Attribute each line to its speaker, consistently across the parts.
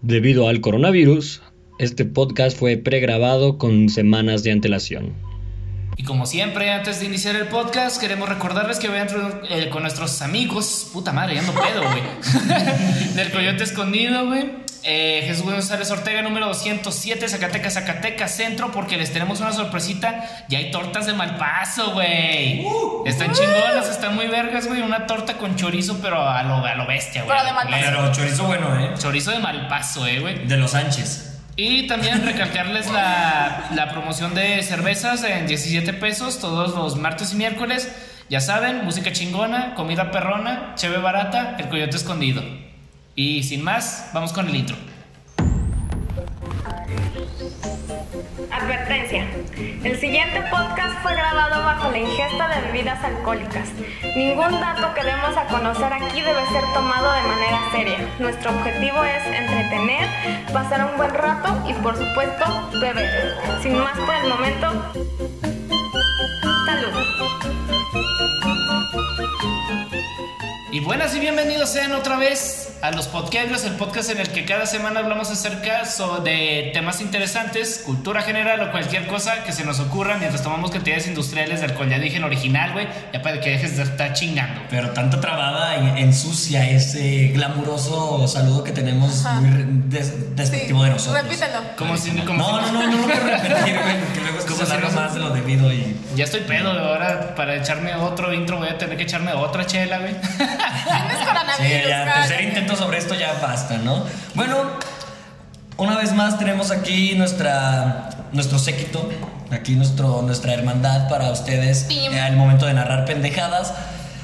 Speaker 1: Debido al coronavirus, este podcast fue pregrabado con semanas de antelación.
Speaker 2: Y como siempre, antes de iniciar el podcast, queremos recordarles que vayan eh, con nuestros amigos. Puta madre, ya no pedo, güey. Del Coyote Escondido, güey. Eh, Jesús González Ortega, número 207, Zacatecas, Zacatecas, Centro, porque les tenemos una sorpresita. Ya hay tortas de malpaso, güey. Uh, están uh, chingonas, están muy vergas, güey. Una torta con chorizo, pero a lo, a lo bestia, güey.
Speaker 3: Pero de malpaso.
Speaker 4: Pero chorizo bueno, ¿eh?
Speaker 2: Chorizo de malpaso, eh, güey.
Speaker 4: De los Sánchez.
Speaker 2: Y también recalcarles la, la promoción de cervezas en 17 pesos todos los martes y miércoles. Ya saben, música chingona, comida perrona, cheve barata, el coyote escondido. Y sin más, vamos con el intro.
Speaker 3: Advertencia. El siguiente podcast fue grabado bajo la ingesta de bebidas alcohólicas. Ningún dato que demos a conocer aquí debe ser tomado de manera seria. Nuestro objetivo es entretener, pasar un buen rato y por supuesto beber. Sin más por el momento, salud.
Speaker 2: Y buenas y bienvenidos sean otra vez a los podcasts, el podcast en el que cada semana hablamos acerca de temas interesantes, cultura general o cualquier cosa que se nos ocurra mientras tomamos cantidades industriales de alcohol. Ya dije el original, güey, ya para que dejes de estar chingando.
Speaker 4: Pero tanta trabada ensucia ese glamuroso saludo que tenemos des despectivo sí. de nosotros.
Speaker 3: Repítelo.
Speaker 2: Como si, como
Speaker 4: no,
Speaker 2: si
Speaker 4: no, no, no, no, no, repetir, güey, porque luego se, se nos... más de lo debido y...
Speaker 2: Ya estoy pedo, ahora para echarme otro intro voy a tener que echarme otra chela, güey.
Speaker 3: Tienes coronavirus.
Speaker 4: Sí, ya, tercer intento sobre esto ya basta, ¿no? Bueno, una vez más tenemos aquí nuestra, nuestro séquito, aquí nuestro, nuestra hermandad para ustedes eh, al momento de narrar pendejadas.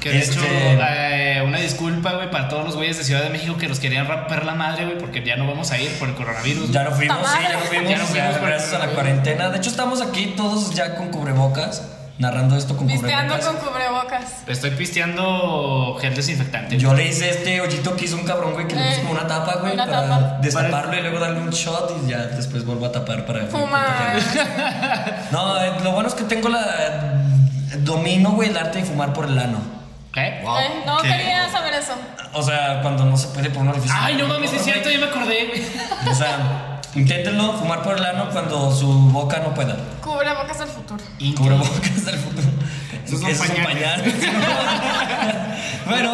Speaker 2: Que de este... hecho, eh, una disculpa, güey, para todos los güeyes de Ciudad de México que nos querían romper la madre, güey, porque ya no vamos a ir por el coronavirus.
Speaker 4: Ya no fuimos, sí, ya no fuimos. Ya no fuimos gracias a la cuarentena. De hecho, estamos aquí todos ya con cubrebocas narrando esto con
Speaker 3: Pisteando
Speaker 4: cubrebocas.
Speaker 3: con cubrebocas.
Speaker 2: Estoy pisteando gel desinfectante.
Speaker 4: Yo le hice este hoyito que hizo un cabrón, güey, que eh, le puso como una tapa, güey,
Speaker 3: una
Speaker 4: para
Speaker 3: tapa.
Speaker 4: destaparlo para el... y luego darle un shot y ya después vuelvo a tapar para.
Speaker 3: Fumar.
Speaker 4: no, eh, lo bueno es que tengo la. eh, Domino, güey, el arte de fumar por el ano.
Speaker 2: ¿Qué?
Speaker 3: Wow. Eh, no
Speaker 4: ¿Qué?
Speaker 3: quería saber eso.
Speaker 4: O sea, cuando no se puede por un orificio.
Speaker 2: Ay, no mames, es cierto, ya me acordé, güey.
Speaker 4: O sea. Inténtenlo, fumar por el ano cuando su boca no pueda.
Speaker 3: Cubre bocas del futuro.
Speaker 4: Cubre bocas del futuro.
Speaker 2: Eso es un pañal.
Speaker 4: bueno,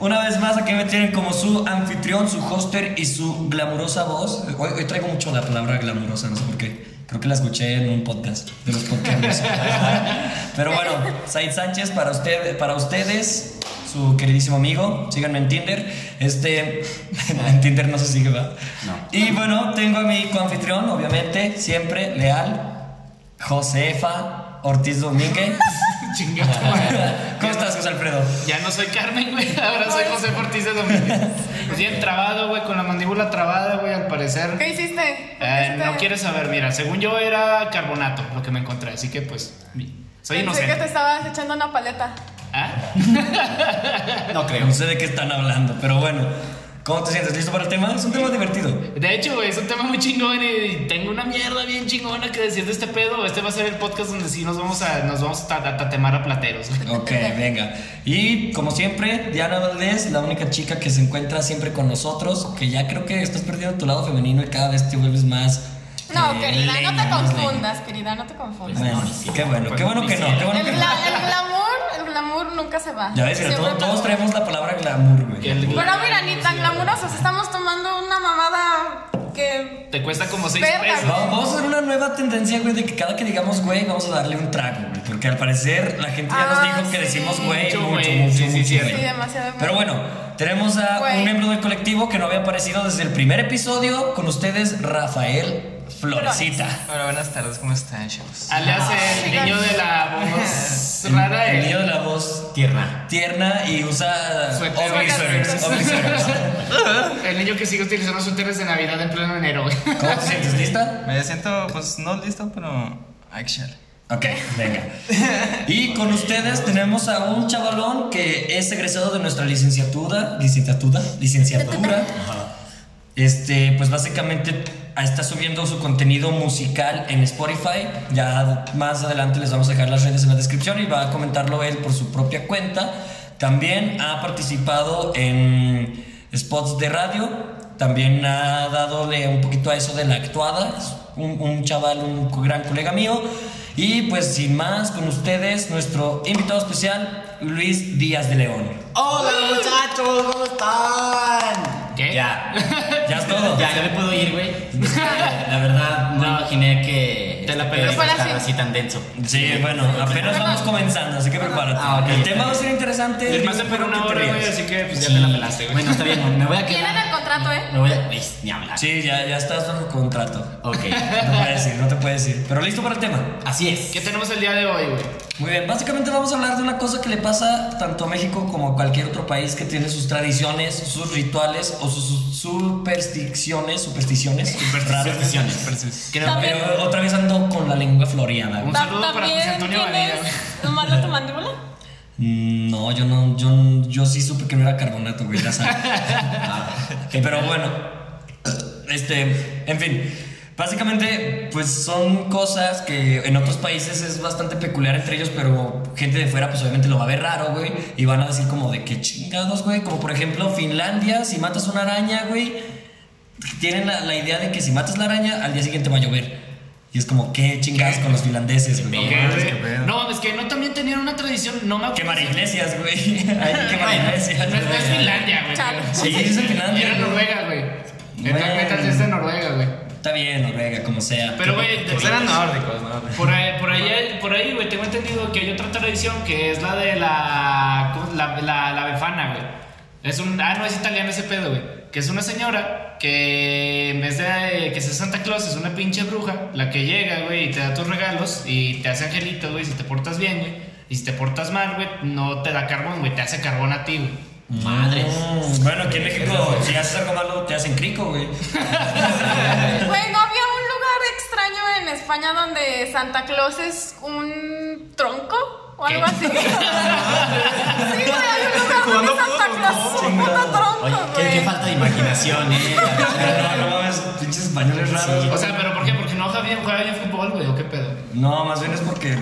Speaker 4: una vez más aquí me tienen como su anfitrión, su hoster y su glamurosa voz. Hoy, hoy traigo mucho la palabra glamurosa, no sé por qué. Creo que la escuché en un podcast de los podcasts. Pero bueno, Said Sánchez para, usted, para ustedes, su queridísimo amigo. Síganme en Tinder. Este, en Tinder no se sigue, ¿verdad?
Speaker 5: No.
Speaker 4: Y bueno, tengo a mi coanfitrión, obviamente, siempre leal, Josefa Ortiz Domínguez.
Speaker 2: Chingada.
Speaker 4: ¿Cómo estás, José Alfredo?
Speaker 2: Ya no soy Carmen, güey. Ahora soy José Ortiz de Domínguez. Pues Bien trabado, güey, con la mandíbula trabada, güey, al parecer.
Speaker 3: ¿Qué hiciste?
Speaker 2: Eh, no quieres saber, mira, según yo era carbonato lo que me encontré, así que pues soy
Speaker 3: Pensé
Speaker 2: inocente.
Speaker 3: que te estabas echando una paleta.
Speaker 2: ¿Ah?
Speaker 4: no creo. No sé de qué están hablando, pero bueno. ¿Cómo te sientes? ¿Listo para el tema? Es un tema divertido.
Speaker 2: De hecho, güey, es un tema muy chingón y tengo una mierda bien chingona que decir de este pedo. Este va a ser el podcast donde sí nos vamos a, nos vamos a tatemar a plateros.
Speaker 4: Ok, venga. Y como siempre, Diana Valdés, la única chica que se encuentra siempre con nosotros, que ya creo que estás perdiendo tu lado femenino y cada vez te vuelves más
Speaker 3: no, eh, querida, leña, no te confundas, leña. querida, no te confundas.
Speaker 4: Bueno, sí, qué bueno, qué bueno que Pues, no, qué bueno
Speaker 3: el,
Speaker 4: que
Speaker 3: gla, no. el glamour, el glamour nunca se va.
Speaker 4: Ya ves, mira, todos, todos, traemos la palabra glamour, güey.
Speaker 3: Pero mira, ni tan glamurosos, estamos tomando una mamada que...
Speaker 2: Te cuesta como 6 pesos.
Speaker 4: No, vamos a hacer una nueva tendencia, güey, de que cada que digamos güey, vamos a darle un trago, güey. Porque al parecer la gente ya nos dijo
Speaker 3: Ah,
Speaker 4: que
Speaker 3: sí.
Speaker 4: decimos güey, mucho,
Speaker 2: Mucho
Speaker 4: mucho,
Speaker 2: güey, sí,
Speaker 4: mucho,
Speaker 2: sí, cierto.
Speaker 3: Sí, demasiado.
Speaker 4: Pero bueno, tenemos a
Speaker 3: Güey.
Speaker 4: un miembro del colectivo que no había aparecido desde el primer episodio con ustedes, Rafael Florecita.
Speaker 6: Hola, buenas tardes, ¿cómo están, chavos?
Speaker 2: Alias
Speaker 3: Ah,
Speaker 2: el niño de la voz rara.
Speaker 4: El
Speaker 2: el-
Speaker 4: niño de la voz
Speaker 6: Tierna.
Speaker 4: tierna y usa
Speaker 2: Suéter.
Speaker 4: obi
Speaker 3: Suéteres.
Speaker 2: El niño que sigue utilizando suéteres de Navidad en pleno enero, güey.
Speaker 4: ¿Cómo te sientes? ¿Lista?
Speaker 6: Me siento, pues, no listo, pero... Action.
Speaker 4: Ok, venga. Y con ustedes tenemos a un chavalón que es egresado de nuestra licenciatura, licenciatura, licenciatura. Este, pues básicamente está subiendo su contenido musical en Spotify. Ya más adelante les vamos a dejar las redes en la descripción y va a comentarlo él por su propia cuenta. También ha participado en spots de radio. También ha dadole un poquito a eso de la actuada. Es un, un chaval, un co- gran colega mío. Y pues sin más, con ustedes, nuestro invitado especial, Luis Díaz de León.
Speaker 5: Hola muchachos, ¿cómo están?
Speaker 2: ¿Qué?
Speaker 5: Ya.
Speaker 4: Ya es todo.
Speaker 5: Ya, ya me puedo ir, güey. La verdad, no, imaginé que.
Speaker 2: Te la
Speaker 5: este
Speaker 2: pelaste.
Speaker 5: pedo iba a estar así tan denso.
Speaker 4: Sí, bueno, apenas vamos comenzando, así que prepárate.
Speaker 5: Ah, ok.
Speaker 4: El tema va a ser interesante.
Speaker 2: Les pasé por
Speaker 4: espero
Speaker 2: una
Speaker 4: que te
Speaker 2: hora, güey,
Speaker 4: rías.
Speaker 2: así que pues ya
Speaker 5: Sí.
Speaker 2: te la pelaste, güey.
Speaker 5: Bueno, está bien, me voy a
Speaker 7: Tienen el
Speaker 5: quedar.
Speaker 7: contrato, ¿eh?
Speaker 5: Me voy a. Uy, Ni hablar.
Speaker 4: Sí, ya, ya estás bajo contrato.
Speaker 5: Ok.
Speaker 4: No te puedes decir, no te puedes decir. Pero listo para el tema.
Speaker 5: Así es.
Speaker 2: ¿Qué tenemos el día de hoy, güey?
Speaker 4: Muy bien, básicamente vamos a hablar de una cosa que le pasa tanto a México como a cualquier otro país que tiene sus tradiciones, sus rituales o sus supersticiones, supersticiones, supersticiones.
Speaker 6: Versus.
Speaker 4: Que no-
Speaker 7: También-
Speaker 4: pero otra vez ando con la lengua floreada.
Speaker 2: Un
Speaker 4: güey.
Speaker 7: Ta-
Speaker 2: saludo para
Speaker 7: ¿también
Speaker 2: José Antonio
Speaker 7: tienes malo tu mandíbula?
Speaker 4: Mm, No, yo no, yo, yo sí supe que no era carbonato, güey, ya sabes. Eh, Pero bueno, este, en fin. Básicamente, pues son cosas que en otros países es bastante peculiar entre ellos, pero gente de fuera, pues obviamente lo va a ver raro, güey. Y van a decir como de qué chingados, güey. Como por ejemplo, Finlandia, si matas una araña, güey, tienen la, la idea de que si matas la araña, al día siguiente va a llover. Y es como, qué chingados con los finlandeses, güey.
Speaker 2: Ok,
Speaker 6: mames,
Speaker 2: güey.
Speaker 6: qué pedo.
Speaker 2: No, es que no también tenían una tradición, no me acuerdo.
Speaker 4: Quemar iglesias, güey. Ay, Quemar iglesias.
Speaker 2: No es, no es
Speaker 4: güey.
Speaker 2: Finlandia, güey.
Speaker 7: Chale.
Speaker 4: Sí, es en Finlandia,
Speaker 2: Era
Speaker 4: güey.
Speaker 2: Noruega, güey. El
Speaker 4: Bueno.
Speaker 2: Black Metal es de Noruega, güey.
Speaker 4: Está bien, Noruega, como sea.
Speaker 2: Pero, güey,
Speaker 6: Pues eran nórdicos, ¿no?
Speaker 2: Por ahí, por ahí, por ahí, güey, tengo entendido que hay otra tradición que es la de la. ¿cómo es? La, la, la befana, güey. Es un. Ah, no, es italiano ese pedo, güey. Que es una señora que en vez de eh, que sea Santa Claus, es una pinche bruja, la que llega, güey, y te da tus regalos y te hace angelito, güey, si te portas bien, güey. Y si te portas mal, güey, no te da carbón, güey, te hace carbón a ti, güey.
Speaker 5: Madres.
Speaker 4: Mm, Bueno, aquí en México, si haces algo malo, te hacen crico, güey.
Speaker 7: Güey, no había un lugar extraño en España donde Santa Claus es un tronco o algo así. sí, güey, hay un lugar donde
Speaker 6: Jugando
Speaker 7: Santa
Speaker 6: fútbol,
Speaker 7: Claus es un puto
Speaker 5: Oye,
Speaker 7: tronco,
Speaker 5: qué, qué
Speaker 7: güey.
Speaker 5: falta de imaginación, eh. La verdad.
Speaker 4: No, no mames, pinches españoles raros.
Speaker 2: O sea, ¿pero por qué? Porque no juega bien, juega bien fútbol, güey, o qué pedo.
Speaker 4: No, más bien es porque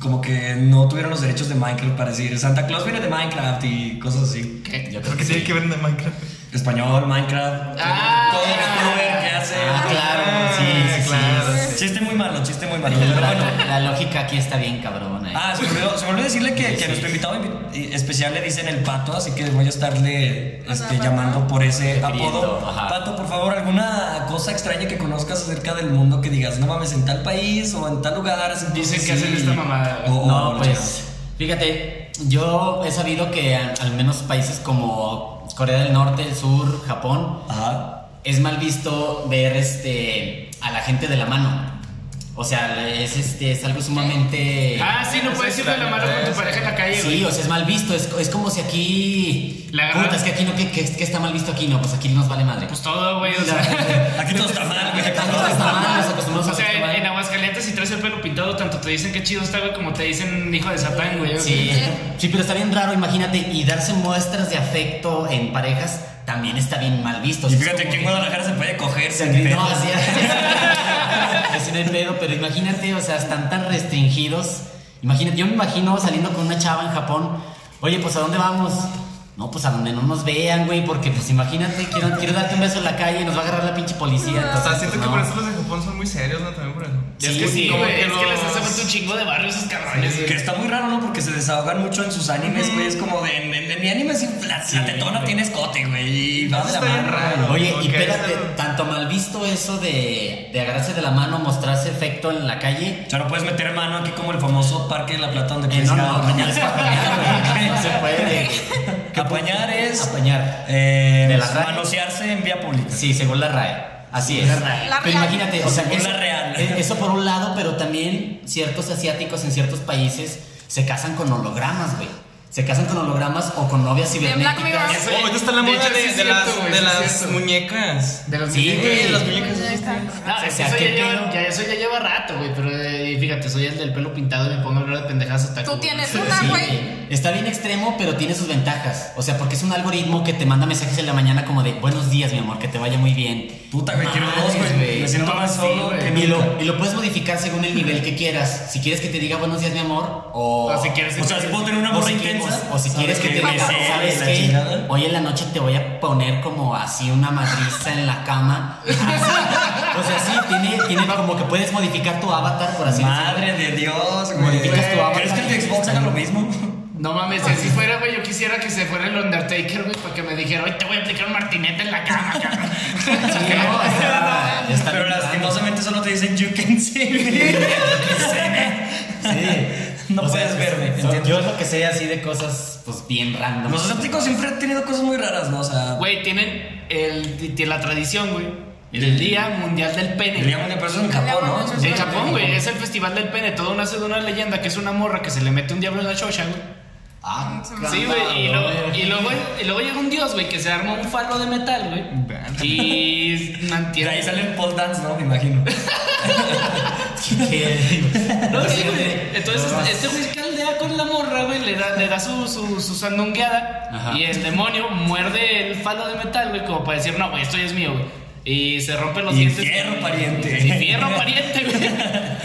Speaker 4: como que no tuvieron los derechos de Minecraft para decir Santa Claus viene de Minecraft y cosas así.
Speaker 2: ¿Qué?
Speaker 5: Yo creo
Speaker 6: ¿Por
Speaker 5: que
Speaker 6: qué tiene
Speaker 5: sí.
Speaker 6: que ver de Minecraft?
Speaker 4: Español, Minecraft.
Speaker 2: Ah.
Speaker 4: todo el youtuber que hace.
Speaker 5: Ah, claro. Sí, sí, sí.
Speaker 6: claro.
Speaker 4: Chiste muy malo, chiste muy malo. Pero
Speaker 5: La,
Speaker 4: bueno.
Speaker 5: la lógica aquí está bien cabrona. eh.
Speaker 4: Ah, se me olvidó, se me olvidó decirle que, que a nuestro invitado invi- especial le dicen el pato, así que voy a estarle este, llamando por ese apodo.
Speaker 5: ajá.
Speaker 4: Pato, por favor, ¿alguna cosa extraña que conozcas acerca del mundo que digas, no mames, en tal país o en tal lugar? hacen
Speaker 2: Dicen
Speaker 4: cosas
Speaker 2: que hacen
Speaker 4: así"?
Speaker 2: esta mamada,
Speaker 4: O- o-
Speaker 5: No,
Speaker 4: o-
Speaker 5: pues, fíjate, yo he sabido que al, al menos países como Corea del Norte, el Sur, Japón,
Speaker 4: Ajá.
Speaker 5: es mal visto ver este a la gente de la mano. O sea, es este es algo sumamente
Speaker 2: Ah, sí, no puedes ir de la mano con tu pareja en la calle, güey.
Speaker 5: Sí, o sea, es mal visto, es, es como si aquí
Speaker 2: La agarraran.
Speaker 5: Puta, es que aquí no que, que- que está mal visto aquí, no, pues aquí nos vale madre.
Speaker 2: Pues todo, güey, o sea.
Speaker 4: Aquí todo está mal, güey.
Speaker 5: Aquí todo está mal, nos acostumbramos a
Speaker 2: O sea,
Speaker 5: todo
Speaker 2: en,
Speaker 5: mal.
Speaker 2: en Aguascalientes si traes el pelo pintado, tanto te dicen que chido está, güey, como te dicen hijo de Satán, güey.
Speaker 5: Sí, sí, pero está bien raro, imagínate, y darse muestras de afecto en parejas también está bien mal visto. O
Speaker 4: Y
Speaker 5: sea, es
Speaker 4: fíjate
Speaker 5: como
Speaker 4: que en Guadalajara se puede coger sin
Speaker 5: que-
Speaker 4: pedos.
Speaker 5: No, así es. Es en el pedo, pero imagínate, o sea, están tan restringidos. Imagínate, yo me imagino saliendo con una chava en Japón. Oye, pues ¿a dónde vamos? No, pues a donde no nos vean, güey, porque pues imagínate, quiero, quiero darte un beso en la calle y nos va a agarrar la pinche policía.
Speaker 6: O sea,
Speaker 5: Entonces,
Speaker 6: siento
Speaker 5: pues,
Speaker 6: que
Speaker 5: no.
Speaker 6: por eso los de Japón son muy serios, ¿no? También por eso.
Speaker 2: es que sí,
Speaker 6: como
Speaker 2: güey,
Speaker 6: que
Speaker 2: es que les
Speaker 6: los-
Speaker 2: hace falta un chingo de barrio esos cabrones, güey.
Speaker 4: Que está muy raro, ¿no? Porque se desahogan mucho en sus animes, güey. Es como de, en, en- en mi anime sí, la, la tetona tiene escote, güey. Y va de la
Speaker 6: Está bien
Speaker 4: mano.
Speaker 6: raro.
Speaker 5: Oye,
Speaker 6: Como
Speaker 5: y
Speaker 6: que
Speaker 5: espérate,
Speaker 6: eso-
Speaker 5: tanto mal visto eso de, de agarrarse de la mano, mostrarse efecto en la calle.
Speaker 4: Ya no puedes meter mano aquí como el famoso Parque de la Plata donde
Speaker 5: Eh,
Speaker 4: puedes
Speaker 5: no,
Speaker 4: ir a
Speaker 5: no,
Speaker 4: apañar.
Speaker 5: apañar es apañar, güey. No se puede.
Speaker 4: Apañar es
Speaker 5: Apañar.
Speaker 4: eh,
Speaker 5: De la RAE.
Speaker 4: manosearse en vía pública.
Speaker 5: Sí, según la RAE. Así es.
Speaker 7: La
Speaker 5: Pero
Speaker 7: real.
Speaker 5: imagínate, o sea,
Speaker 4: Según
Speaker 5: eso,
Speaker 4: la real.
Speaker 5: eh, eso por un lado, pero también ciertos asiáticos en ciertos países se casan con hologramas, güey. Se casan con hologramas o con novias
Speaker 7: Black
Speaker 5: cibernéticas.
Speaker 7: Mirror.
Speaker 2: Eso-
Speaker 6: Oh, ahorita está
Speaker 2: de
Speaker 6: la moda
Speaker 2: hecho, sí
Speaker 6: de,
Speaker 2: es
Speaker 6: de
Speaker 2: cierto,
Speaker 6: las,
Speaker 2: güey,
Speaker 6: de
Speaker 2: sí es
Speaker 6: las
Speaker 2: cierto.
Speaker 6: muñecas.
Speaker 2: De los
Speaker 5: Sí,
Speaker 2: muñecos.
Speaker 5: güey.
Speaker 6: Sí, las muñecas.
Speaker 2: No,
Speaker 5: O
Speaker 2: es
Speaker 5: sea,
Speaker 2: que eso,
Speaker 5: ¿qué
Speaker 2: ya lleva,
Speaker 5: pedo?
Speaker 2: ya, eso ya lleva rato, güey, pero eh, fíjate, soy el del pelo pintado y me pongo a hablar de pendejadas hasta
Speaker 7: Tú
Speaker 2: como-
Speaker 7: tienes
Speaker 2: Sí.
Speaker 7: una,
Speaker 5: Sí,
Speaker 7: Ah, güey.
Speaker 5: está bien extremo, pero tiene sus ventajas. O sea, porque es un algoritmo que te manda mensajes en la mañana como de buenos días, mi amor, que te vaya muy bien.
Speaker 4: Puta, güey, quiero
Speaker 5: Madres,
Speaker 4: dos, güey. Me siento
Speaker 2: No,
Speaker 4: más
Speaker 2: sí,
Speaker 4: solo
Speaker 2: güey.
Speaker 4: que
Speaker 5: Y
Speaker 4: nunca.
Speaker 5: lo, y lo puedes modificar según el nivel que quieras. Si quieres que te diga buenos días, mi amor, o.
Speaker 2: O si quieres-
Speaker 4: O sea, si puedo tener una
Speaker 5: o
Speaker 4: morra
Speaker 5: si quieres-
Speaker 4: piensas?
Speaker 5: O, o si quieres
Speaker 4: ¿Sabes
Speaker 5: que
Speaker 4: que
Speaker 5: te
Speaker 4: me
Speaker 5: diga,
Speaker 4: sé
Speaker 5: ¿sabes
Speaker 4: la
Speaker 5: qué?
Speaker 4: chingada?
Speaker 5: Hoy en la noche te voy a poner como así una matriza en la cama. Así. O sea, sí, tiene, tiene como que puedes modificar tu avatar, por así decirlo.
Speaker 4: Madre de Dios, güey.
Speaker 5: Modificas tu avatar.
Speaker 4: ¿Crees que el de Xbox haga lo mismo?
Speaker 2: No mames, si así fuera, güey, yo quisiera que se fuera el Undertaker, güey, para que me dijera, hoy te voy a aplicar un martinete en la cama, cabrón.
Speaker 5: Sí, no, o sea, Ah, está
Speaker 4: Pero
Speaker 5: bien raro.
Speaker 4: lastimosamente solo te dicen, you can see me. You can see me.
Speaker 5: Sí.
Speaker 4: No puedes verme,
Speaker 5: so-
Speaker 4: ¿entiendes?
Speaker 5: Yo es lo que sé así de cosas, pues bien random.
Speaker 4: Los escépticos siempre han tenido cosas muy raras, ¿no? O sea,
Speaker 2: Güey, tienen el, tiene la tradición, güey, del Día Mundial del Pene.
Speaker 4: el día mundial, pero eso es en Japón, ¿no?
Speaker 2: En Japón, güey, es el festival del pene. Todo nace de una leyenda que es una morra que se le mete un diablo en la chocha, güey.
Speaker 5: Ah,
Speaker 2: Sí, güey. Y luego, y, luego, y luego llega un dios, güey, que se arma un falo de metal, güey. Y
Speaker 4: Y de
Speaker 2: mantiene.
Speaker 4: ahí sale el pole dance, ¿no? Me imagino.
Speaker 2: No, sí, güey. Entonces, este güey caldea con la morra, güey, le da, le da su, su, su sandungueada.
Speaker 5: Ajá.
Speaker 2: Y el demonio muerde el falo de metal, güey, como para decir, no, güey, esto ya es mío, güey. Y se rompen los
Speaker 4: Y
Speaker 2: dientes.
Speaker 4: fierro, pariente.
Speaker 2: Y fierro pariente, güey.